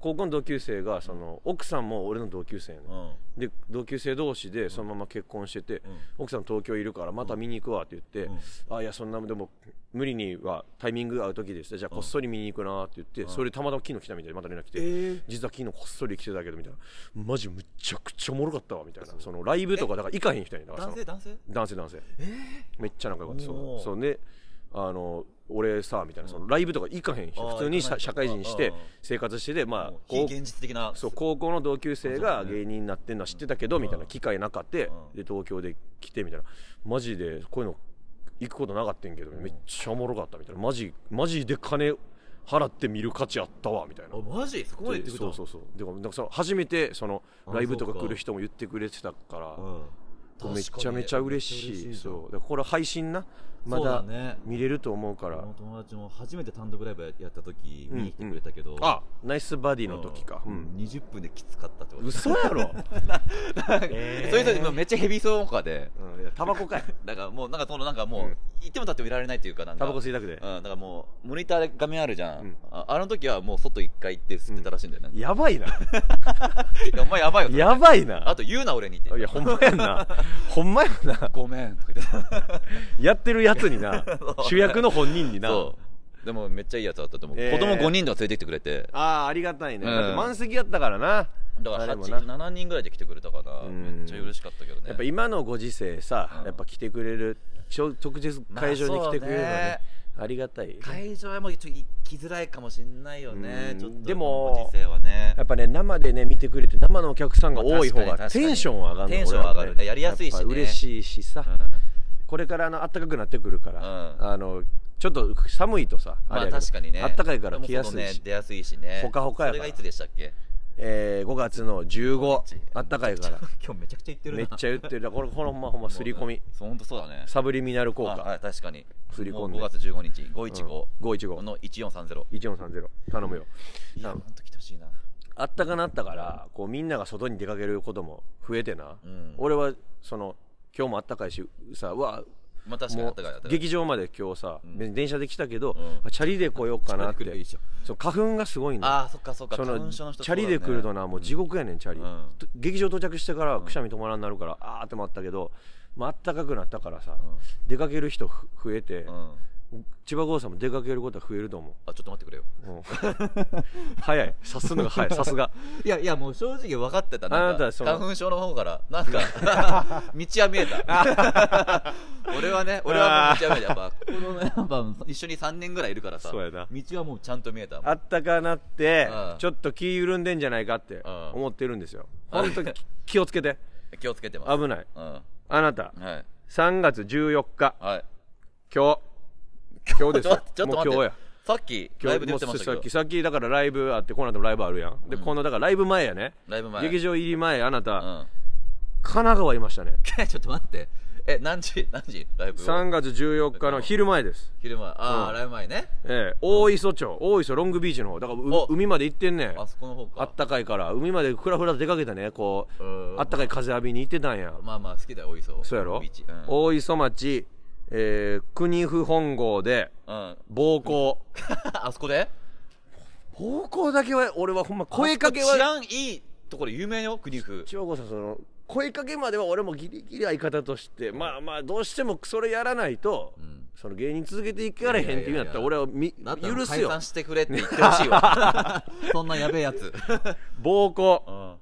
Speaker 2: 高校の同級生がその奥さんも俺の同級生やねん
Speaker 3: うん
Speaker 2: で同級生同士でそのまま結婚してて
Speaker 3: うん
Speaker 2: 奥さん東京いるからまた見に行くわって言ってあいやそんなでも無理にはタイミング合う時ですじゃあこっそり見に行くなって言ってそれたまたま昨日来たみたいでまた連絡来て
Speaker 3: え
Speaker 2: 実は昨日こっそり来てたけどみたいなマジむちゃくちゃおもろかったわみたいなそのライブとかだから行かへん人やねんだからそ
Speaker 3: 男
Speaker 2: の
Speaker 3: 性男性
Speaker 2: 男性男性、めっちゃ仲良かったそ
Speaker 3: お
Speaker 2: う
Speaker 3: ー
Speaker 2: そうねあの俺さみたいなそのライブとか行かへん人
Speaker 3: あー
Speaker 2: 普通に
Speaker 3: 行か
Speaker 2: 社
Speaker 3: ない
Speaker 2: 社会人して
Speaker 3: あー
Speaker 2: 生活しててまあ
Speaker 3: もう非
Speaker 2: こう
Speaker 3: 現実的な
Speaker 2: そう高校の同級生が
Speaker 3: そうだね
Speaker 2: 芸人になってんのは知ってたけどみたいな機会なかって
Speaker 3: うん
Speaker 2: で東京で来てみたいなマジでこういうの行くことなかったんけどめっちゃおもろかったみたいなマジマジで金払って見る価値あったわみたいな
Speaker 3: あマジそこまで言ってくれた
Speaker 2: そうそうそうでもなんかその初めてその
Speaker 3: あ
Speaker 2: ライブとか
Speaker 3: そう
Speaker 2: 来
Speaker 3: か
Speaker 2: る人も言ってくれてたから
Speaker 3: うん
Speaker 2: めちゃめちゃ嬉しい
Speaker 3: 確かに
Speaker 2: そうだからこれ配信なま
Speaker 3: そう
Speaker 2: だ
Speaker 3: だね
Speaker 2: 見れると思うから
Speaker 3: 俺の友達も初めて単独ライブやった時
Speaker 2: うん
Speaker 3: 見に来てくれたけど、
Speaker 2: あナイスバディの時か、
Speaker 3: う
Speaker 2: うんん
Speaker 3: 20分できつかったってこと
Speaker 2: 嘘 やろ、えー
Speaker 3: そういう人めっちゃヘビーそうかで
Speaker 2: うんいやタバ コかい
Speaker 3: だからもうなんかそのなんかもう、
Speaker 2: うん
Speaker 3: 行っても立ってもいられないっていうかなんか
Speaker 2: タバコ吸いたくて
Speaker 3: うん、だからもうモニターで画面あるじゃん、
Speaker 2: うん
Speaker 3: ああの時はもう外一回行って吸ってたらしいんだよね、い
Speaker 2: やばい な
Speaker 3: やお前やばいよそれ
Speaker 2: やばい
Speaker 3: あ
Speaker 2: な
Speaker 3: と言うな俺にって
Speaker 2: いやほんまやんな ほんまやんな
Speaker 3: ごめんとか言って
Speaker 2: やってるやつに な主役の本人にな
Speaker 3: そうでもめっちゃいいやつだったと思う、
Speaker 2: えー
Speaker 3: 子供5人とか連れてきてくれて
Speaker 2: ああありがたいね、
Speaker 3: うん
Speaker 2: だって満席やったからな
Speaker 3: だから
Speaker 2: 誰も
Speaker 3: 八
Speaker 2: な
Speaker 3: 7人ぐらいで来てくれたから
Speaker 2: うん
Speaker 3: めっちゃ嬉しかったけどね
Speaker 2: やっぱ今のご時世さ、
Speaker 3: うん
Speaker 2: やっぱ来てくれるちょ直接会場に来てくれるのは
Speaker 3: まあ
Speaker 2: ね
Speaker 3: そ,、
Speaker 2: ありがたいよね
Speaker 3: 会場はもうちょっと行きづらいかもしんないよ
Speaker 2: う
Speaker 3: ね
Speaker 2: ん
Speaker 3: ちょっと
Speaker 2: でも
Speaker 3: ご時世はね
Speaker 2: やっぱね生でね見てくれて生のお客さんが多い方が
Speaker 3: まあ確かに確か
Speaker 2: テ
Speaker 3: に
Speaker 2: ンション上がる
Speaker 3: テンション上がるやりやすいしね
Speaker 2: 嬉しいしさ、これからあの暖かくなってくるから、
Speaker 3: うん
Speaker 2: あのちょっと寒いとさ
Speaker 3: ま
Speaker 2: れ
Speaker 3: あ
Speaker 2: やけど
Speaker 3: 確かにね
Speaker 2: 暖かいから来やす
Speaker 3: で
Speaker 2: い
Speaker 3: も外
Speaker 2: し
Speaker 3: ね、出やすいしね
Speaker 2: ほかほかやから
Speaker 3: それがいつでしたっけ
Speaker 2: えー5月の15
Speaker 3: 日
Speaker 2: 暖かい から
Speaker 3: 今日めちゃくちゃ行ってる
Speaker 2: めっ
Speaker 3: な
Speaker 2: ちゃ言ってるだからこれほんまほんま刷り込み
Speaker 3: そう本当そうだね
Speaker 2: サブリミナル効
Speaker 3: あは
Speaker 2: 果
Speaker 3: い確かに
Speaker 2: 刷り込んで
Speaker 3: もう5月15日515、
Speaker 2: うん515
Speaker 3: の1430
Speaker 2: 1430頼むよ
Speaker 3: いや
Speaker 2: 頼
Speaker 3: ほん
Speaker 2: む
Speaker 3: と来てほしいな
Speaker 2: あったかなったからこうみんなが外に出かけることも増えてな、
Speaker 3: うん
Speaker 2: 俺はその今日もあったかいしさうわ
Speaker 3: まあ確かにあ
Speaker 2: も
Speaker 3: ったかいあっ
Speaker 2: う
Speaker 3: たかい
Speaker 2: 劇場まで今日さ、
Speaker 3: ん
Speaker 2: 別に電車で来たけど、
Speaker 3: うん
Speaker 2: あチャリで来ようかなっ
Speaker 1: チャリで来
Speaker 2: て
Speaker 1: ればいいでしょ
Speaker 2: そう花粉がすごいんだよ
Speaker 3: ああそっかそっか
Speaker 2: そ
Speaker 3: 花
Speaker 2: の
Speaker 3: 粉
Speaker 2: チ
Speaker 3: 症の人
Speaker 2: ャリで来ると
Speaker 3: な
Speaker 2: なもう地獄やねんチャリ、
Speaker 3: うん
Speaker 2: と劇場到着してからくしゃみ止まらんなるから、あーって待ったけど、まああったかくなったからさ、出かける人ふ増えて、
Speaker 3: うん
Speaker 2: 千葉郷さんも出かけることは増えると 思
Speaker 3: あちょっと待ってくれよ
Speaker 2: う、うん早い察するのが 早いさすが
Speaker 1: いやいやもう正直
Speaker 3: 分かってた
Speaker 2: あ
Speaker 3: な
Speaker 2: なんた
Speaker 3: か
Speaker 2: はその
Speaker 3: 花粉症の方からなんか 道は見えた俺はね俺はもう道は見えたやっぱ
Speaker 1: このねやっぱ道
Speaker 3: 一緒に3年ぐらいいるからさ
Speaker 2: そうやな
Speaker 3: 道はもうちゃんと見えた
Speaker 2: あったかなって、
Speaker 3: うん
Speaker 2: ちょっと気緩んでんじゃないかって
Speaker 3: ん
Speaker 2: 思ってるんですよ、本当にき気をつけ て
Speaker 3: 気をつけてます
Speaker 2: 危ない
Speaker 3: うんは
Speaker 2: あなた
Speaker 3: い
Speaker 2: 3月14日
Speaker 3: はい
Speaker 2: 今日今日です
Speaker 3: ちょ
Speaker 2: よ
Speaker 3: っとちょっと
Speaker 2: もう
Speaker 3: 待
Speaker 2: 今日
Speaker 3: って
Speaker 2: や
Speaker 3: さっき
Speaker 2: 今
Speaker 3: ライ
Speaker 2: 日
Speaker 3: ブで言ってました
Speaker 2: もうさっ
Speaker 3: けど
Speaker 2: きさっきだからライブあってこの後ライブあるやん、でこのだからライブ前やね
Speaker 3: ライブ前
Speaker 2: 劇場入り前あなた、
Speaker 3: うん
Speaker 2: 神奈川いましたね
Speaker 3: ちょっと待ってえ何時何時ライブ
Speaker 2: 3月14日の昼前です、
Speaker 3: 昼前あ
Speaker 2: う
Speaker 3: あ
Speaker 2: ん
Speaker 3: ライブ前ね
Speaker 2: ええ、大磯町大磯ロングビーチの方だからう
Speaker 3: お
Speaker 2: 海まで行ってんねん
Speaker 3: あそこの方
Speaker 2: あ
Speaker 3: か
Speaker 2: ったかいから海までふらふら出かけたねこう
Speaker 3: うん
Speaker 2: あったかい風浴びに行ってたんや
Speaker 3: まあまあ好きだよ大磯
Speaker 2: そうやろ
Speaker 3: ビーチうん
Speaker 2: 大磯町、えー国府本郷で
Speaker 3: うん
Speaker 2: 暴行
Speaker 3: あそこで
Speaker 2: 暴行だけは俺はほんま声かけは
Speaker 3: 知らんいいところ有名よ国府
Speaker 2: 千葉子さんその声かけまでは俺もギリギリ相方としてまあまあどうしてもそれやらないと、
Speaker 3: ん
Speaker 2: その芸人続けていかれへんっていうんやったら
Speaker 3: いやい
Speaker 2: 俺はみ
Speaker 3: だったら
Speaker 2: 許す
Speaker 3: 解
Speaker 2: よ
Speaker 3: 散してくれって言ってほしいわそんなやべえやつ
Speaker 2: 暴行
Speaker 3: うん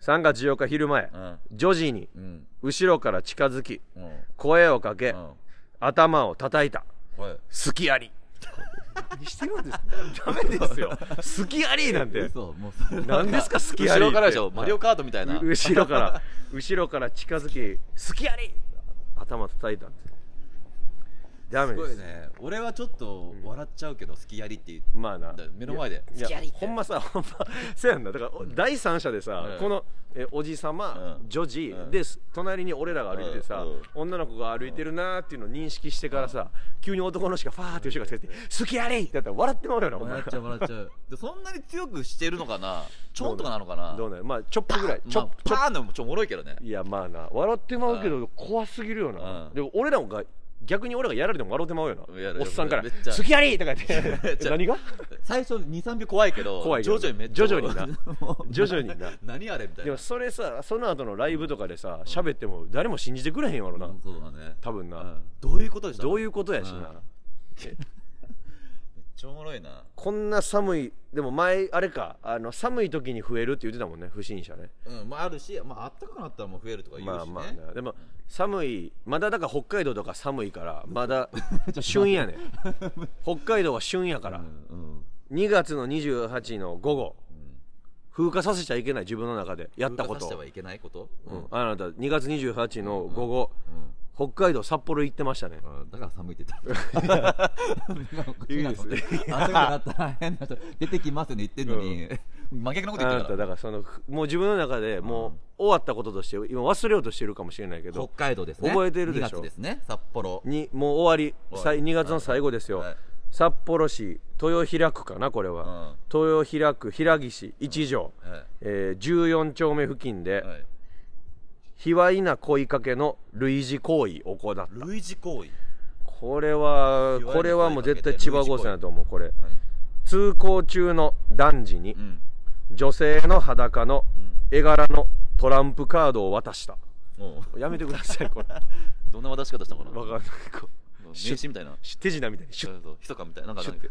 Speaker 2: 3月14日昼前
Speaker 3: うん
Speaker 2: 女児に
Speaker 3: うん
Speaker 2: 後ろから近づき
Speaker 3: うん
Speaker 2: 声をかけ、
Speaker 3: うん
Speaker 2: 頭を叩いた
Speaker 3: これ
Speaker 2: 好きあり何してるんですかダメですよ好きありなんて
Speaker 1: そうもうそれ
Speaker 2: 何ですか好きあ
Speaker 3: 後
Speaker 2: り
Speaker 3: ろからでし
Speaker 2: っ
Speaker 3: ょ
Speaker 2: て
Speaker 3: マリオカートみたいな
Speaker 2: う後ろから後ろから近づき好きあり頭叩いたんですダメ
Speaker 3: す
Speaker 2: で
Speaker 3: ご
Speaker 2: す
Speaker 3: いね俺はちょっと笑っちゃうけど好きやりって言っ
Speaker 2: まあな
Speaker 3: だから目の前で
Speaker 2: いやほんまさほんま そうやんなだからお第三者でさ、
Speaker 3: うん
Speaker 2: このえおじさま、
Speaker 3: うん
Speaker 2: 女児、
Speaker 3: うん
Speaker 2: です隣に俺らが歩いてさ、
Speaker 3: うんうん
Speaker 2: 女の子が歩いてるなーっていうのを認識してからさ、急に男の人がファーって後ろからつけて「好きやり!」ってやったら笑ってまうよなほんま
Speaker 1: 笑っちゃう笑っちゃう
Speaker 3: でそんなに強くしてるのかなちょんとかなのかな
Speaker 2: どうなるまあちょっぷぐらいち
Speaker 3: ち
Speaker 2: ょ
Speaker 3: ょ
Speaker 2: っ
Speaker 3: パーンでもちょおもろいけどね
Speaker 2: いやまあな笑ってまうけど怖すぎるよな、
Speaker 3: うん
Speaker 2: でも俺らが逆に俺らがやられても笑ってまうよな
Speaker 3: やる
Speaker 2: おっさんから「
Speaker 3: めっちゃ
Speaker 2: 好きやり!」とか言
Speaker 3: め
Speaker 2: っ
Speaker 3: ってちゃ
Speaker 2: 何が
Speaker 1: 最初23秒
Speaker 3: 怖いけど
Speaker 2: 怖いけ
Speaker 3: 徐
Speaker 2: ど
Speaker 3: 々にめっち
Speaker 2: 徐
Speaker 3: ゃ
Speaker 2: 々に な徐々にな
Speaker 3: 何あれみたい
Speaker 2: で
Speaker 3: な
Speaker 2: もそれさその後のライブとかでさ喋っても誰も信じてくれへんやろな、
Speaker 3: うんそうだね
Speaker 2: 多分な、
Speaker 3: うんどういうことでした
Speaker 2: どういうことやしな、
Speaker 3: うんめっちゃおもろいな
Speaker 2: こんな寒いでも前あれかあの寒い時に増えるって言ってたもんね不審者ね
Speaker 3: うんまああるしまああったかくなったらもう増えるとか言うしね
Speaker 2: まあまあなでも寒いまだだから北海道とか寒いからまだ 旬やねん北海道は旬やから、
Speaker 3: うん
Speaker 2: 2月の28の午後、風化させちゃいけない自分の中でやったこ
Speaker 3: 風化
Speaker 2: と
Speaker 3: させてはいけないこと
Speaker 2: うんあなた2月28の午後、北海道札幌行ってましたね、
Speaker 1: だから寒いって言ったいいです ね暑くなったら変な人出てきますね言ってんのに、
Speaker 3: 真逆のこと
Speaker 2: あ
Speaker 3: 言っ
Speaker 2: な
Speaker 3: て
Speaker 2: た
Speaker 3: たから
Speaker 2: だからそのふもう自分の中でもう終わったこととして今忘れようとしてるかもしれないけ
Speaker 1: 北
Speaker 2: ど
Speaker 1: 海道ですね
Speaker 2: 覚えてるでしょ
Speaker 1: 2月ですね札幌
Speaker 2: にもう終わり
Speaker 3: 終わ
Speaker 2: さ
Speaker 3: り
Speaker 2: い2月の最後ですよ、
Speaker 3: はい
Speaker 2: 札幌市豊平区かなこれは、豊平区平岸市一条、
Speaker 3: はい
Speaker 2: えー14丁目付近で、
Speaker 3: はい
Speaker 2: 卑猥な恋かけの類似行為を行った
Speaker 3: 類似行為
Speaker 2: これは
Speaker 3: 卑猥な
Speaker 2: これはもう
Speaker 3: 声
Speaker 2: 絶
Speaker 3: かけて
Speaker 2: 対千葉郷さんやと思うこれ
Speaker 3: はい
Speaker 2: 通行中の男児に
Speaker 3: うん
Speaker 2: 女性の裸の絵柄のトランプカードを渡した
Speaker 3: もう
Speaker 2: やめてくださいこれ
Speaker 3: どんな渡し方したのかな
Speaker 2: わかんないこう
Speaker 3: 名刺みたいな
Speaker 2: し手品みたいにシュッ
Speaker 3: そうそうひそかみたいななんかじゃないけ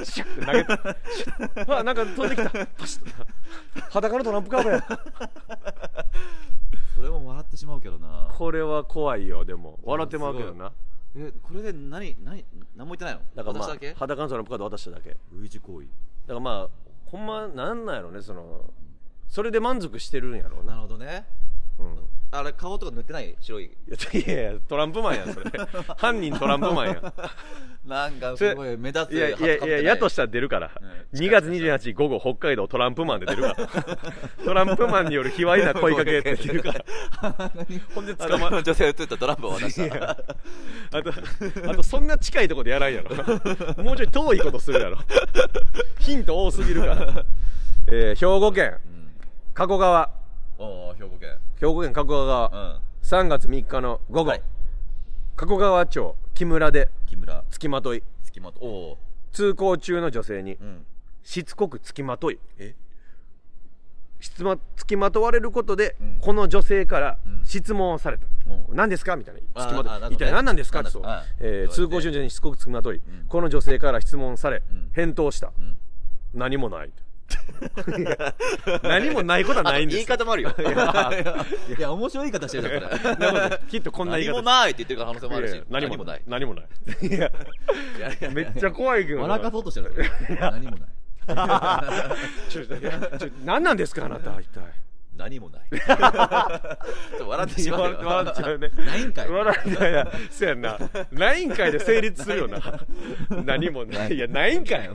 Speaker 3: ど
Speaker 2: シュッて投げたシュッわなんか飛んできたパシッ裸のトランプカードや
Speaker 3: それも笑ってしまうけどな
Speaker 2: これは怖いよでも笑ってまうけどな
Speaker 3: えこれで何何何も言ってないの
Speaker 2: だからま
Speaker 3: 私
Speaker 2: あ
Speaker 3: だけ
Speaker 2: 裸のトランプカード渡しただけだか
Speaker 3: 類似行為
Speaker 2: らまあほんまなんなんやろねそのそれで満足してるんやろう
Speaker 3: な
Speaker 2: な
Speaker 3: るほどね
Speaker 2: うん
Speaker 3: あれ顔とか塗ってない白い
Speaker 2: いやいやトランプマンやんそれ犯人トランプマンやん
Speaker 3: なんか
Speaker 2: それ
Speaker 3: すごい目立つ
Speaker 2: いやいやいや、やとしたら出るから、
Speaker 3: うん
Speaker 2: 2月28日午後、北海道トランプマンで出る から、トランプマンによる卑猥な声かけって出るから、 ほんで
Speaker 3: あ
Speaker 2: 捕ま
Speaker 3: の女性が映ったトランプを渡した
Speaker 2: あと、あとそんな近いとこでやらんやろ、もうちょい遠いことするやろ、ヒント多すぎるから、えー兵庫県、加古川、
Speaker 3: おお兵庫県
Speaker 2: 兵庫県加古川
Speaker 3: う
Speaker 2: 川、
Speaker 3: ん
Speaker 2: 3月3日の午後、
Speaker 3: はい
Speaker 2: 加古川町木村で
Speaker 3: 木村
Speaker 2: 付きまとい
Speaker 3: 月本おお
Speaker 2: 通行中の女性に
Speaker 3: うん
Speaker 2: しつこく付きまとい
Speaker 3: え
Speaker 2: 質問付きまとわれることで、
Speaker 3: うん
Speaker 2: この女性から
Speaker 3: うん
Speaker 2: 質問をされた、
Speaker 3: うん
Speaker 2: 何ですかみたいな付
Speaker 3: あー
Speaker 2: きま
Speaker 3: あーな
Speaker 2: と
Speaker 3: るほど
Speaker 2: い
Speaker 3: ね
Speaker 2: 一体何なんですか
Speaker 3: なんだ
Speaker 2: ってそう
Speaker 3: あー
Speaker 2: えー
Speaker 3: そ
Speaker 2: 通
Speaker 3: う
Speaker 2: 行
Speaker 3: だ
Speaker 2: 中の
Speaker 3: よね
Speaker 2: 女性にしつこく付きまとい、
Speaker 3: ん
Speaker 2: この女性から質問され、
Speaker 3: うん
Speaker 2: 返答した、
Speaker 3: うん
Speaker 2: 何も ない何もないことはないんです
Speaker 3: 言い方も あるよ
Speaker 1: いや、面白い言い方してるじゃん、これ。
Speaker 2: なるほどきっとこんな言い
Speaker 3: 何
Speaker 2: 方
Speaker 3: もないって言ってる可能性もある
Speaker 2: いやい
Speaker 3: し
Speaker 2: や何 もない何もないいや
Speaker 3: いやいや
Speaker 2: めっちゃ怖いけどな
Speaker 1: 笑かそうとしてるからこれ何も ない。
Speaker 2: ちょいやちょい何なんですかあなた一体
Speaker 3: 何もない ちょっと笑ってしまう
Speaker 2: 笑
Speaker 3: よ
Speaker 2: 笑っちゃうね
Speaker 1: ないんかい。
Speaker 2: 笑いやいやそうやんなないんかいで成立するよ な何もないいやないんかい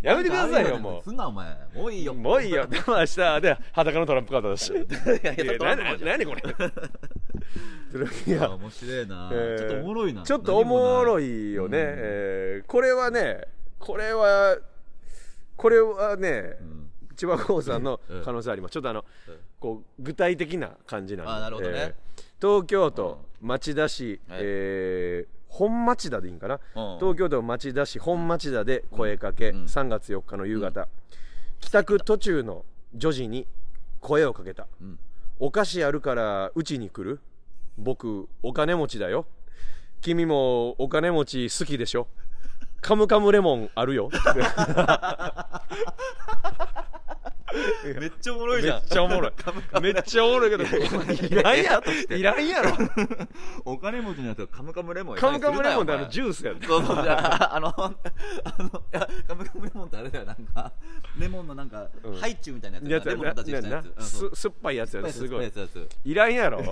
Speaker 2: やめてくださいよも
Speaker 1: すんな、お前。もういいうよ。
Speaker 2: もういいよでも明日で裸のトランプカードだし
Speaker 3: いやいや
Speaker 2: いや
Speaker 3: トランプ
Speaker 2: な
Speaker 3: マンじゃん
Speaker 2: 何これ い
Speaker 1: あ
Speaker 2: や
Speaker 1: 面白いな、
Speaker 2: えー
Speaker 1: ちょっとおもろいな。
Speaker 2: ちょっとおもろ
Speaker 1: い。
Speaker 2: いよね、
Speaker 1: うん
Speaker 2: えーこれはねこれはこれはね、千葉興産の可能性あります、ちょっとあの、こう具体的な感じなんで
Speaker 3: あーなるほどね
Speaker 2: えー東京都町田市、
Speaker 3: はい
Speaker 2: えー本町田でいいんかな、
Speaker 3: うん
Speaker 2: 東京都町田市本町田で声かけ、
Speaker 3: うん
Speaker 2: 3月4日の夕方、帰宅途中の女児に声をかけた、
Speaker 3: ん
Speaker 2: お菓子あるからうちに来る僕お金持ちだよ君もお金持ち好きで しょカムカムレモンあるよ
Speaker 3: めっちゃおもろ
Speaker 2: め
Speaker 3: いじゃん
Speaker 2: っちゃおもろ いめっちゃおもろいけどいらんやろいらんやろ
Speaker 3: お金持ちのやつがカムカムレモン
Speaker 2: カムカムレモンってあの
Speaker 3: ュ
Speaker 2: ジュースやで
Speaker 3: そうそうじゃああの あのいやカムカムレモンってあれだよなんかレモンのなんか、
Speaker 2: うん
Speaker 3: ハイチュウみたいなやつ
Speaker 2: やつ
Speaker 3: レ
Speaker 2: や
Speaker 3: モンの
Speaker 2: な
Speaker 3: 形したや
Speaker 2: な
Speaker 3: つ
Speaker 2: なす酸っぱいやつや
Speaker 3: うん
Speaker 2: で
Speaker 3: そう
Speaker 2: すごい
Speaker 3: 酸っぱやつ
Speaker 2: いらんや ろ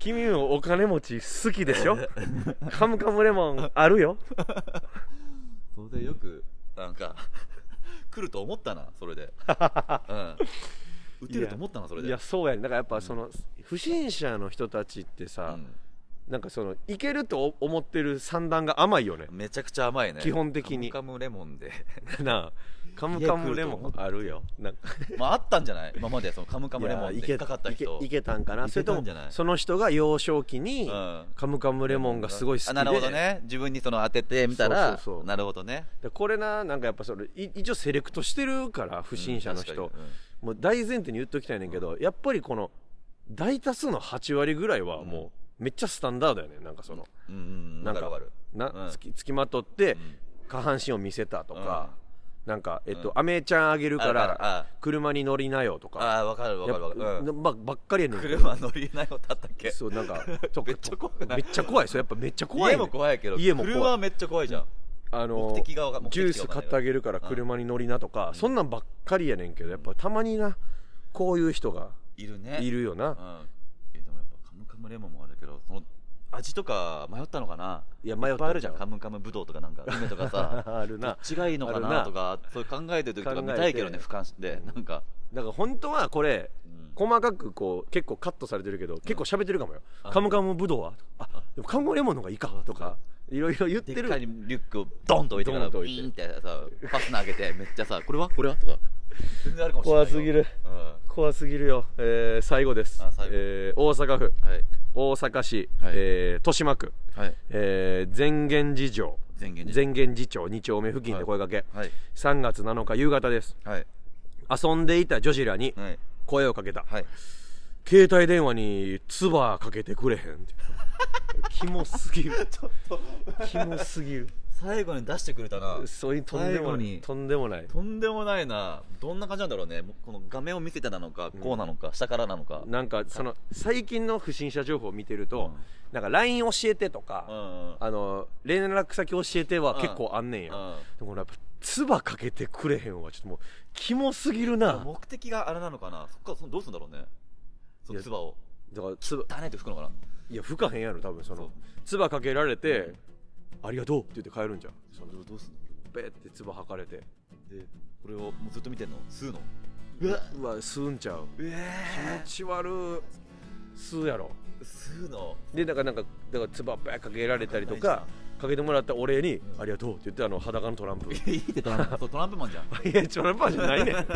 Speaker 2: 君もお金持ち好きでしょカムカムレモンあるよ
Speaker 3: それでよくなんか 来ると思ったな それで、うん、打てると思ったなそれで
Speaker 2: いやそうやねだからやっぱその、不審者の人たちってさ、なんかそのいけると思ってる算段が甘いよね
Speaker 3: うん、めちゃくちゃ甘いね
Speaker 2: 基本的に
Speaker 3: カムカムレモンで
Speaker 2: なあカムカムレモンあるよなんか
Speaker 3: まああったんじゃない今までそのカムカムレモン
Speaker 2: い
Speaker 3: で
Speaker 2: や
Speaker 3: 引っかかった人
Speaker 2: いけいけたんかないそれ
Speaker 3: け
Speaker 2: と
Speaker 3: たん
Speaker 2: も
Speaker 3: じゃない
Speaker 2: その人が幼少期に、
Speaker 3: うん
Speaker 2: カムカムレモンがすごい好きで
Speaker 3: あなるほどね自分にその当ててみたら
Speaker 2: そうそうそう
Speaker 3: なるほどね
Speaker 2: でこれななんかやっぱそれい一応セレクトしてるから不審者の
Speaker 3: うん
Speaker 2: 人
Speaker 3: 確、かに
Speaker 2: もう大前提に言っときたいねんけど、やっぱりこの大多数の8割ぐらいはもうめっちゃスタンダードやねなんかその、
Speaker 3: うんうんうん
Speaker 2: な
Speaker 3: わ
Speaker 2: んか
Speaker 3: かるわかる
Speaker 2: な、
Speaker 3: うん
Speaker 2: つきつきまとって
Speaker 3: ん
Speaker 2: 下半身を見せたとか、なんかえっと、アメちゃんあげるか
Speaker 3: あるあるあ
Speaker 2: ら
Speaker 3: る
Speaker 2: 車に乗りなよと
Speaker 3: あ
Speaker 2: か
Speaker 3: あわかるわかるわかる
Speaker 2: やっぱ
Speaker 3: うん
Speaker 2: ばばっかりやねんけど
Speaker 3: 車乗りなよだったっけ
Speaker 2: そうなんかと
Speaker 3: めっちゃ怖くない
Speaker 2: めっちゃ怖いそうやっぱめっちゃ怖い、ね
Speaker 3: 家
Speaker 2: ん、
Speaker 3: も怖いけど
Speaker 2: 家も怖い
Speaker 3: 車はめっちゃ怖いじゃん
Speaker 2: あの
Speaker 3: 目的がわか目的
Speaker 2: ジ
Speaker 3: が
Speaker 2: ュー
Speaker 3: わか
Speaker 2: ス買
Speaker 3: んない
Speaker 2: ってあげるから車に乗りなとか、そんなんばっかりやねんけどやっぱたまになこういう人が
Speaker 3: いるね
Speaker 2: いるよな、
Speaker 3: うんえでもやっぱカムカムレモンもあるけどその味とか迷ったのかない
Speaker 2: や迷った
Speaker 3: っぱいあるじゃんカムカムブドウとかなんか梅とかさ
Speaker 2: あるな
Speaker 3: どっちがいいの
Speaker 2: あ
Speaker 3: か
Speaker 2: る
Speaker 3: な
Speaker 2: な
Speaker 3: とかそういう考えてる時とか見たいけど
Speaker 2: 考
Speaker 3: ね
Speaker 2: えて
Speaker 3: 俯瞰してなんか
Speaker 2: だから本当はこれ、
Speaker 3: うん
Speaker 2: 細かくこう結構カットされてるけど結構喋ってるかもよ「カムカムブドウは?」あでもカムカムレモンの方がいいか」とかいろいろ言っ
Speaker 3: で
Speaker 2: て
Speaker 3: っ
Speaker 2: る
Speaker 3: かいリュックをドンと置いてから
Speaker 2: ドンと置い
Speaker 3: ピ
Speaker 2: て
Speaker 3: ンってさファスナー開けてめっちゃさこれはこれはとか全然あるかもしれないよ
Speaker 2: 怖すぎる
Speaker 3: うんは
Speaker 2: 怖すぎるよ、えー最後です
Speaker 3: あ最後
Speaker 2: えー大阪府
Speaker 3: い
Speaker 2: 大阪市、
Speaker 3: はい
Speaker 2: えー豊島区、
Speaker 3: はい
Speaker 2: えー善現寺城
Speaker 3: 前言
Speaker 2: 善現寺町2丁目付近で声かけ、
Speaker 3: はい
Speaker 2: 3月7日夕方です
Speaker 3: はい
Speaker 2: 遊んでいた女児らに
Speaker 3: はい
Speaker 2: 声をかけた、
Speaker 3: はい
Speaker 2: 携帯電話に「ツバかけてくれへん」って キモすぎ るキモすぎる
Speaker 3: 最後に出してくれたな
Speaker 2: そういうとんで
Speaker 3: 最後
Speaker 2: もな
Speaker 3: に
Speaker 2: いとんでもない
Speaker 3: とんでもないなどんな感じなんだろうねもうこの画面を見せてたのか、こうなのか下からなのか
Speaker 2: なんかその最近の不審者情報を見てると、なんか LINE 教えてとか、
Speaker 3: うんうん
Speaker 2: あの連絡先教えては結構あんねんや、
Speaker 3: うん
Speaker 2: でもやっぱ「ツバかけてくれへん」はちょっともうキモすぎるな
Speaker 3: 目的があれなのかなそっからそのどうするんだろうねその
Speaker 2: いや
Speaker 3: 唾を
Speaker 2: だからつば
Speaker 3: ダネって吹くのかない
Speaker 2: や吹かへんやろ多分そ
Speaker 3: そう
Speaker 2: のツバかけられて「ありがとう」って言って帰るんじゃん
Speaker 3: それをどうすん
Speaker 2: ベーって唾吐かれて
Speaker 3: のでこれをもうずっと見てんの吸うの
Speaker 2: う
Speaker 3: うわ
Speaker 2: わ吸うんちゃう
Speaker 3: ええ
Speaker 2: 血悪吸うやろ
Speaker 3: 吸うの
Speaker 2: でなんかなんかだから唾ばっかけられたりとかかけてもらったお礼に「ありがとう」って言ってあの裸のトランプい
Speaker 3: いいってトランプそうトランプマンじゃ ん
Speaker 2: やトランプマンじゃないねん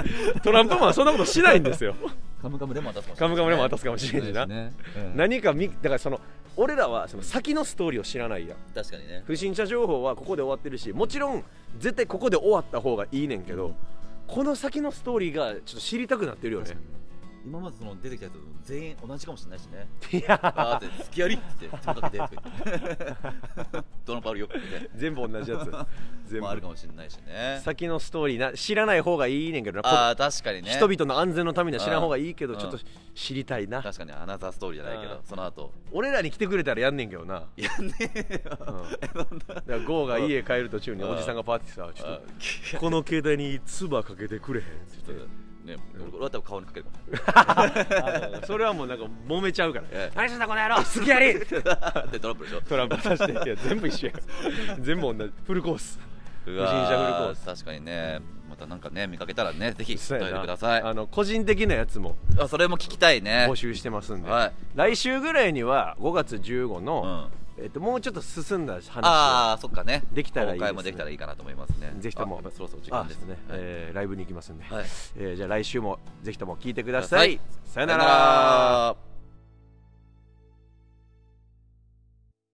Speaker 2: トランプマンはそんなことしないんですよ
Speaker 1: カムカムレモン渡すかもしれない
Speaker 2: カムカムレモン渡すかもしれんしな、
Speaker 1: ね
Speaker 2: 何かみだからその俺らはその先のストーリーを知らないやん
Speaker 3: 確かにね
Speaker 2: 不審者情報はここで終わってるしもちろん絶対ここで終わった方がいいねんけど、この先のストーリーがちょっと知りたくなってるよね
Speaker 3: 今までその出てきたやつ全員同じかもしれないしね
Speaker 2: いや
Speaker 3: あーって「付き合い」って「ちょっと待って」とか言ってドランプあるよみたいな
Speaker 2: 全部同じや つ全部、
Speaker 3: もあるかもしれないしね
Speaker 2: 先のストーリーな知らない方がいいねんけどな
Speaker 3: ああ確かにね
Speaker 2: 人々の安全のためには知らん方がいいけど
Speaker 3: うん
Speaker 2: ちょっと知りたいな
Speaker 3: 確かにアナザーストーリーじゃないけ
Speaker 2: う
Speaker 3: ど
Speaker 2: ん
Speaker 3: その後
Speaker 2: 俺らに来てくれたらやんねんけどな
Speaker 3: やねえよ
Speaker 2: うんだからゴーが家帰る途中に
Speaker 3: うん
Speaker 2: おじさんがパーティーさちょ
Speaker 3: あ
Speaker 2: っとこの携帯に唾かけてくれへんって
Speaker 3: ちょっ とね俺俺は多分顔にかけるかも
Speaker 2: 言ってそれはもうなんか揉めちゃうから
Speaker 3: ええ
Speaker 2: 「何すんだこの野郎すきやり!」
Speaker 3: でトランプでしょ
Speaker 2: トランプさしていや全部一緒や全部同じフルコース
Speaker 3: 不
Speaker 2: 審者フルコース
Speaker 3: 確かにねまたなんかね見かけたらねぜひお
Speaker 2: そう
Speaker 3: 便
Speaker 2: や
Speaker 3: り
Speaker 2: な
Speaker 3: ください
Speaker 2: あの個人的なやつも
Speaker 3: あそれも聞きたいね
Speaker 2: 募集してますんで、
Speaker 3: はい
Speaker 2: 来週ぐらいには5月15
Speaker 3: うん
Speaker 2: の、
Speaker 3: あ
Speaker 2: えっと、もうちょっと進んだ話
Speaker 3: あーそっかね
Speaker 2: できたらいいですね
Speaker 3: 公開もできたらいいかなと思いますね
Speaker 2: をぜひとも
Speaker 3: あそろそろ時
Speaker 2: あ
Speaker 3: 間です
Speaker 2: そうね、えーライブに行きますんで、
Speaker 3: はい
Speaker 2: えーじゃあ来週もぜひとも聞いてください、
Speaker 3: ください
Speaker 2: さよな
Speaker 3: さ
Speaker 2: ら
Speaker 3: よなら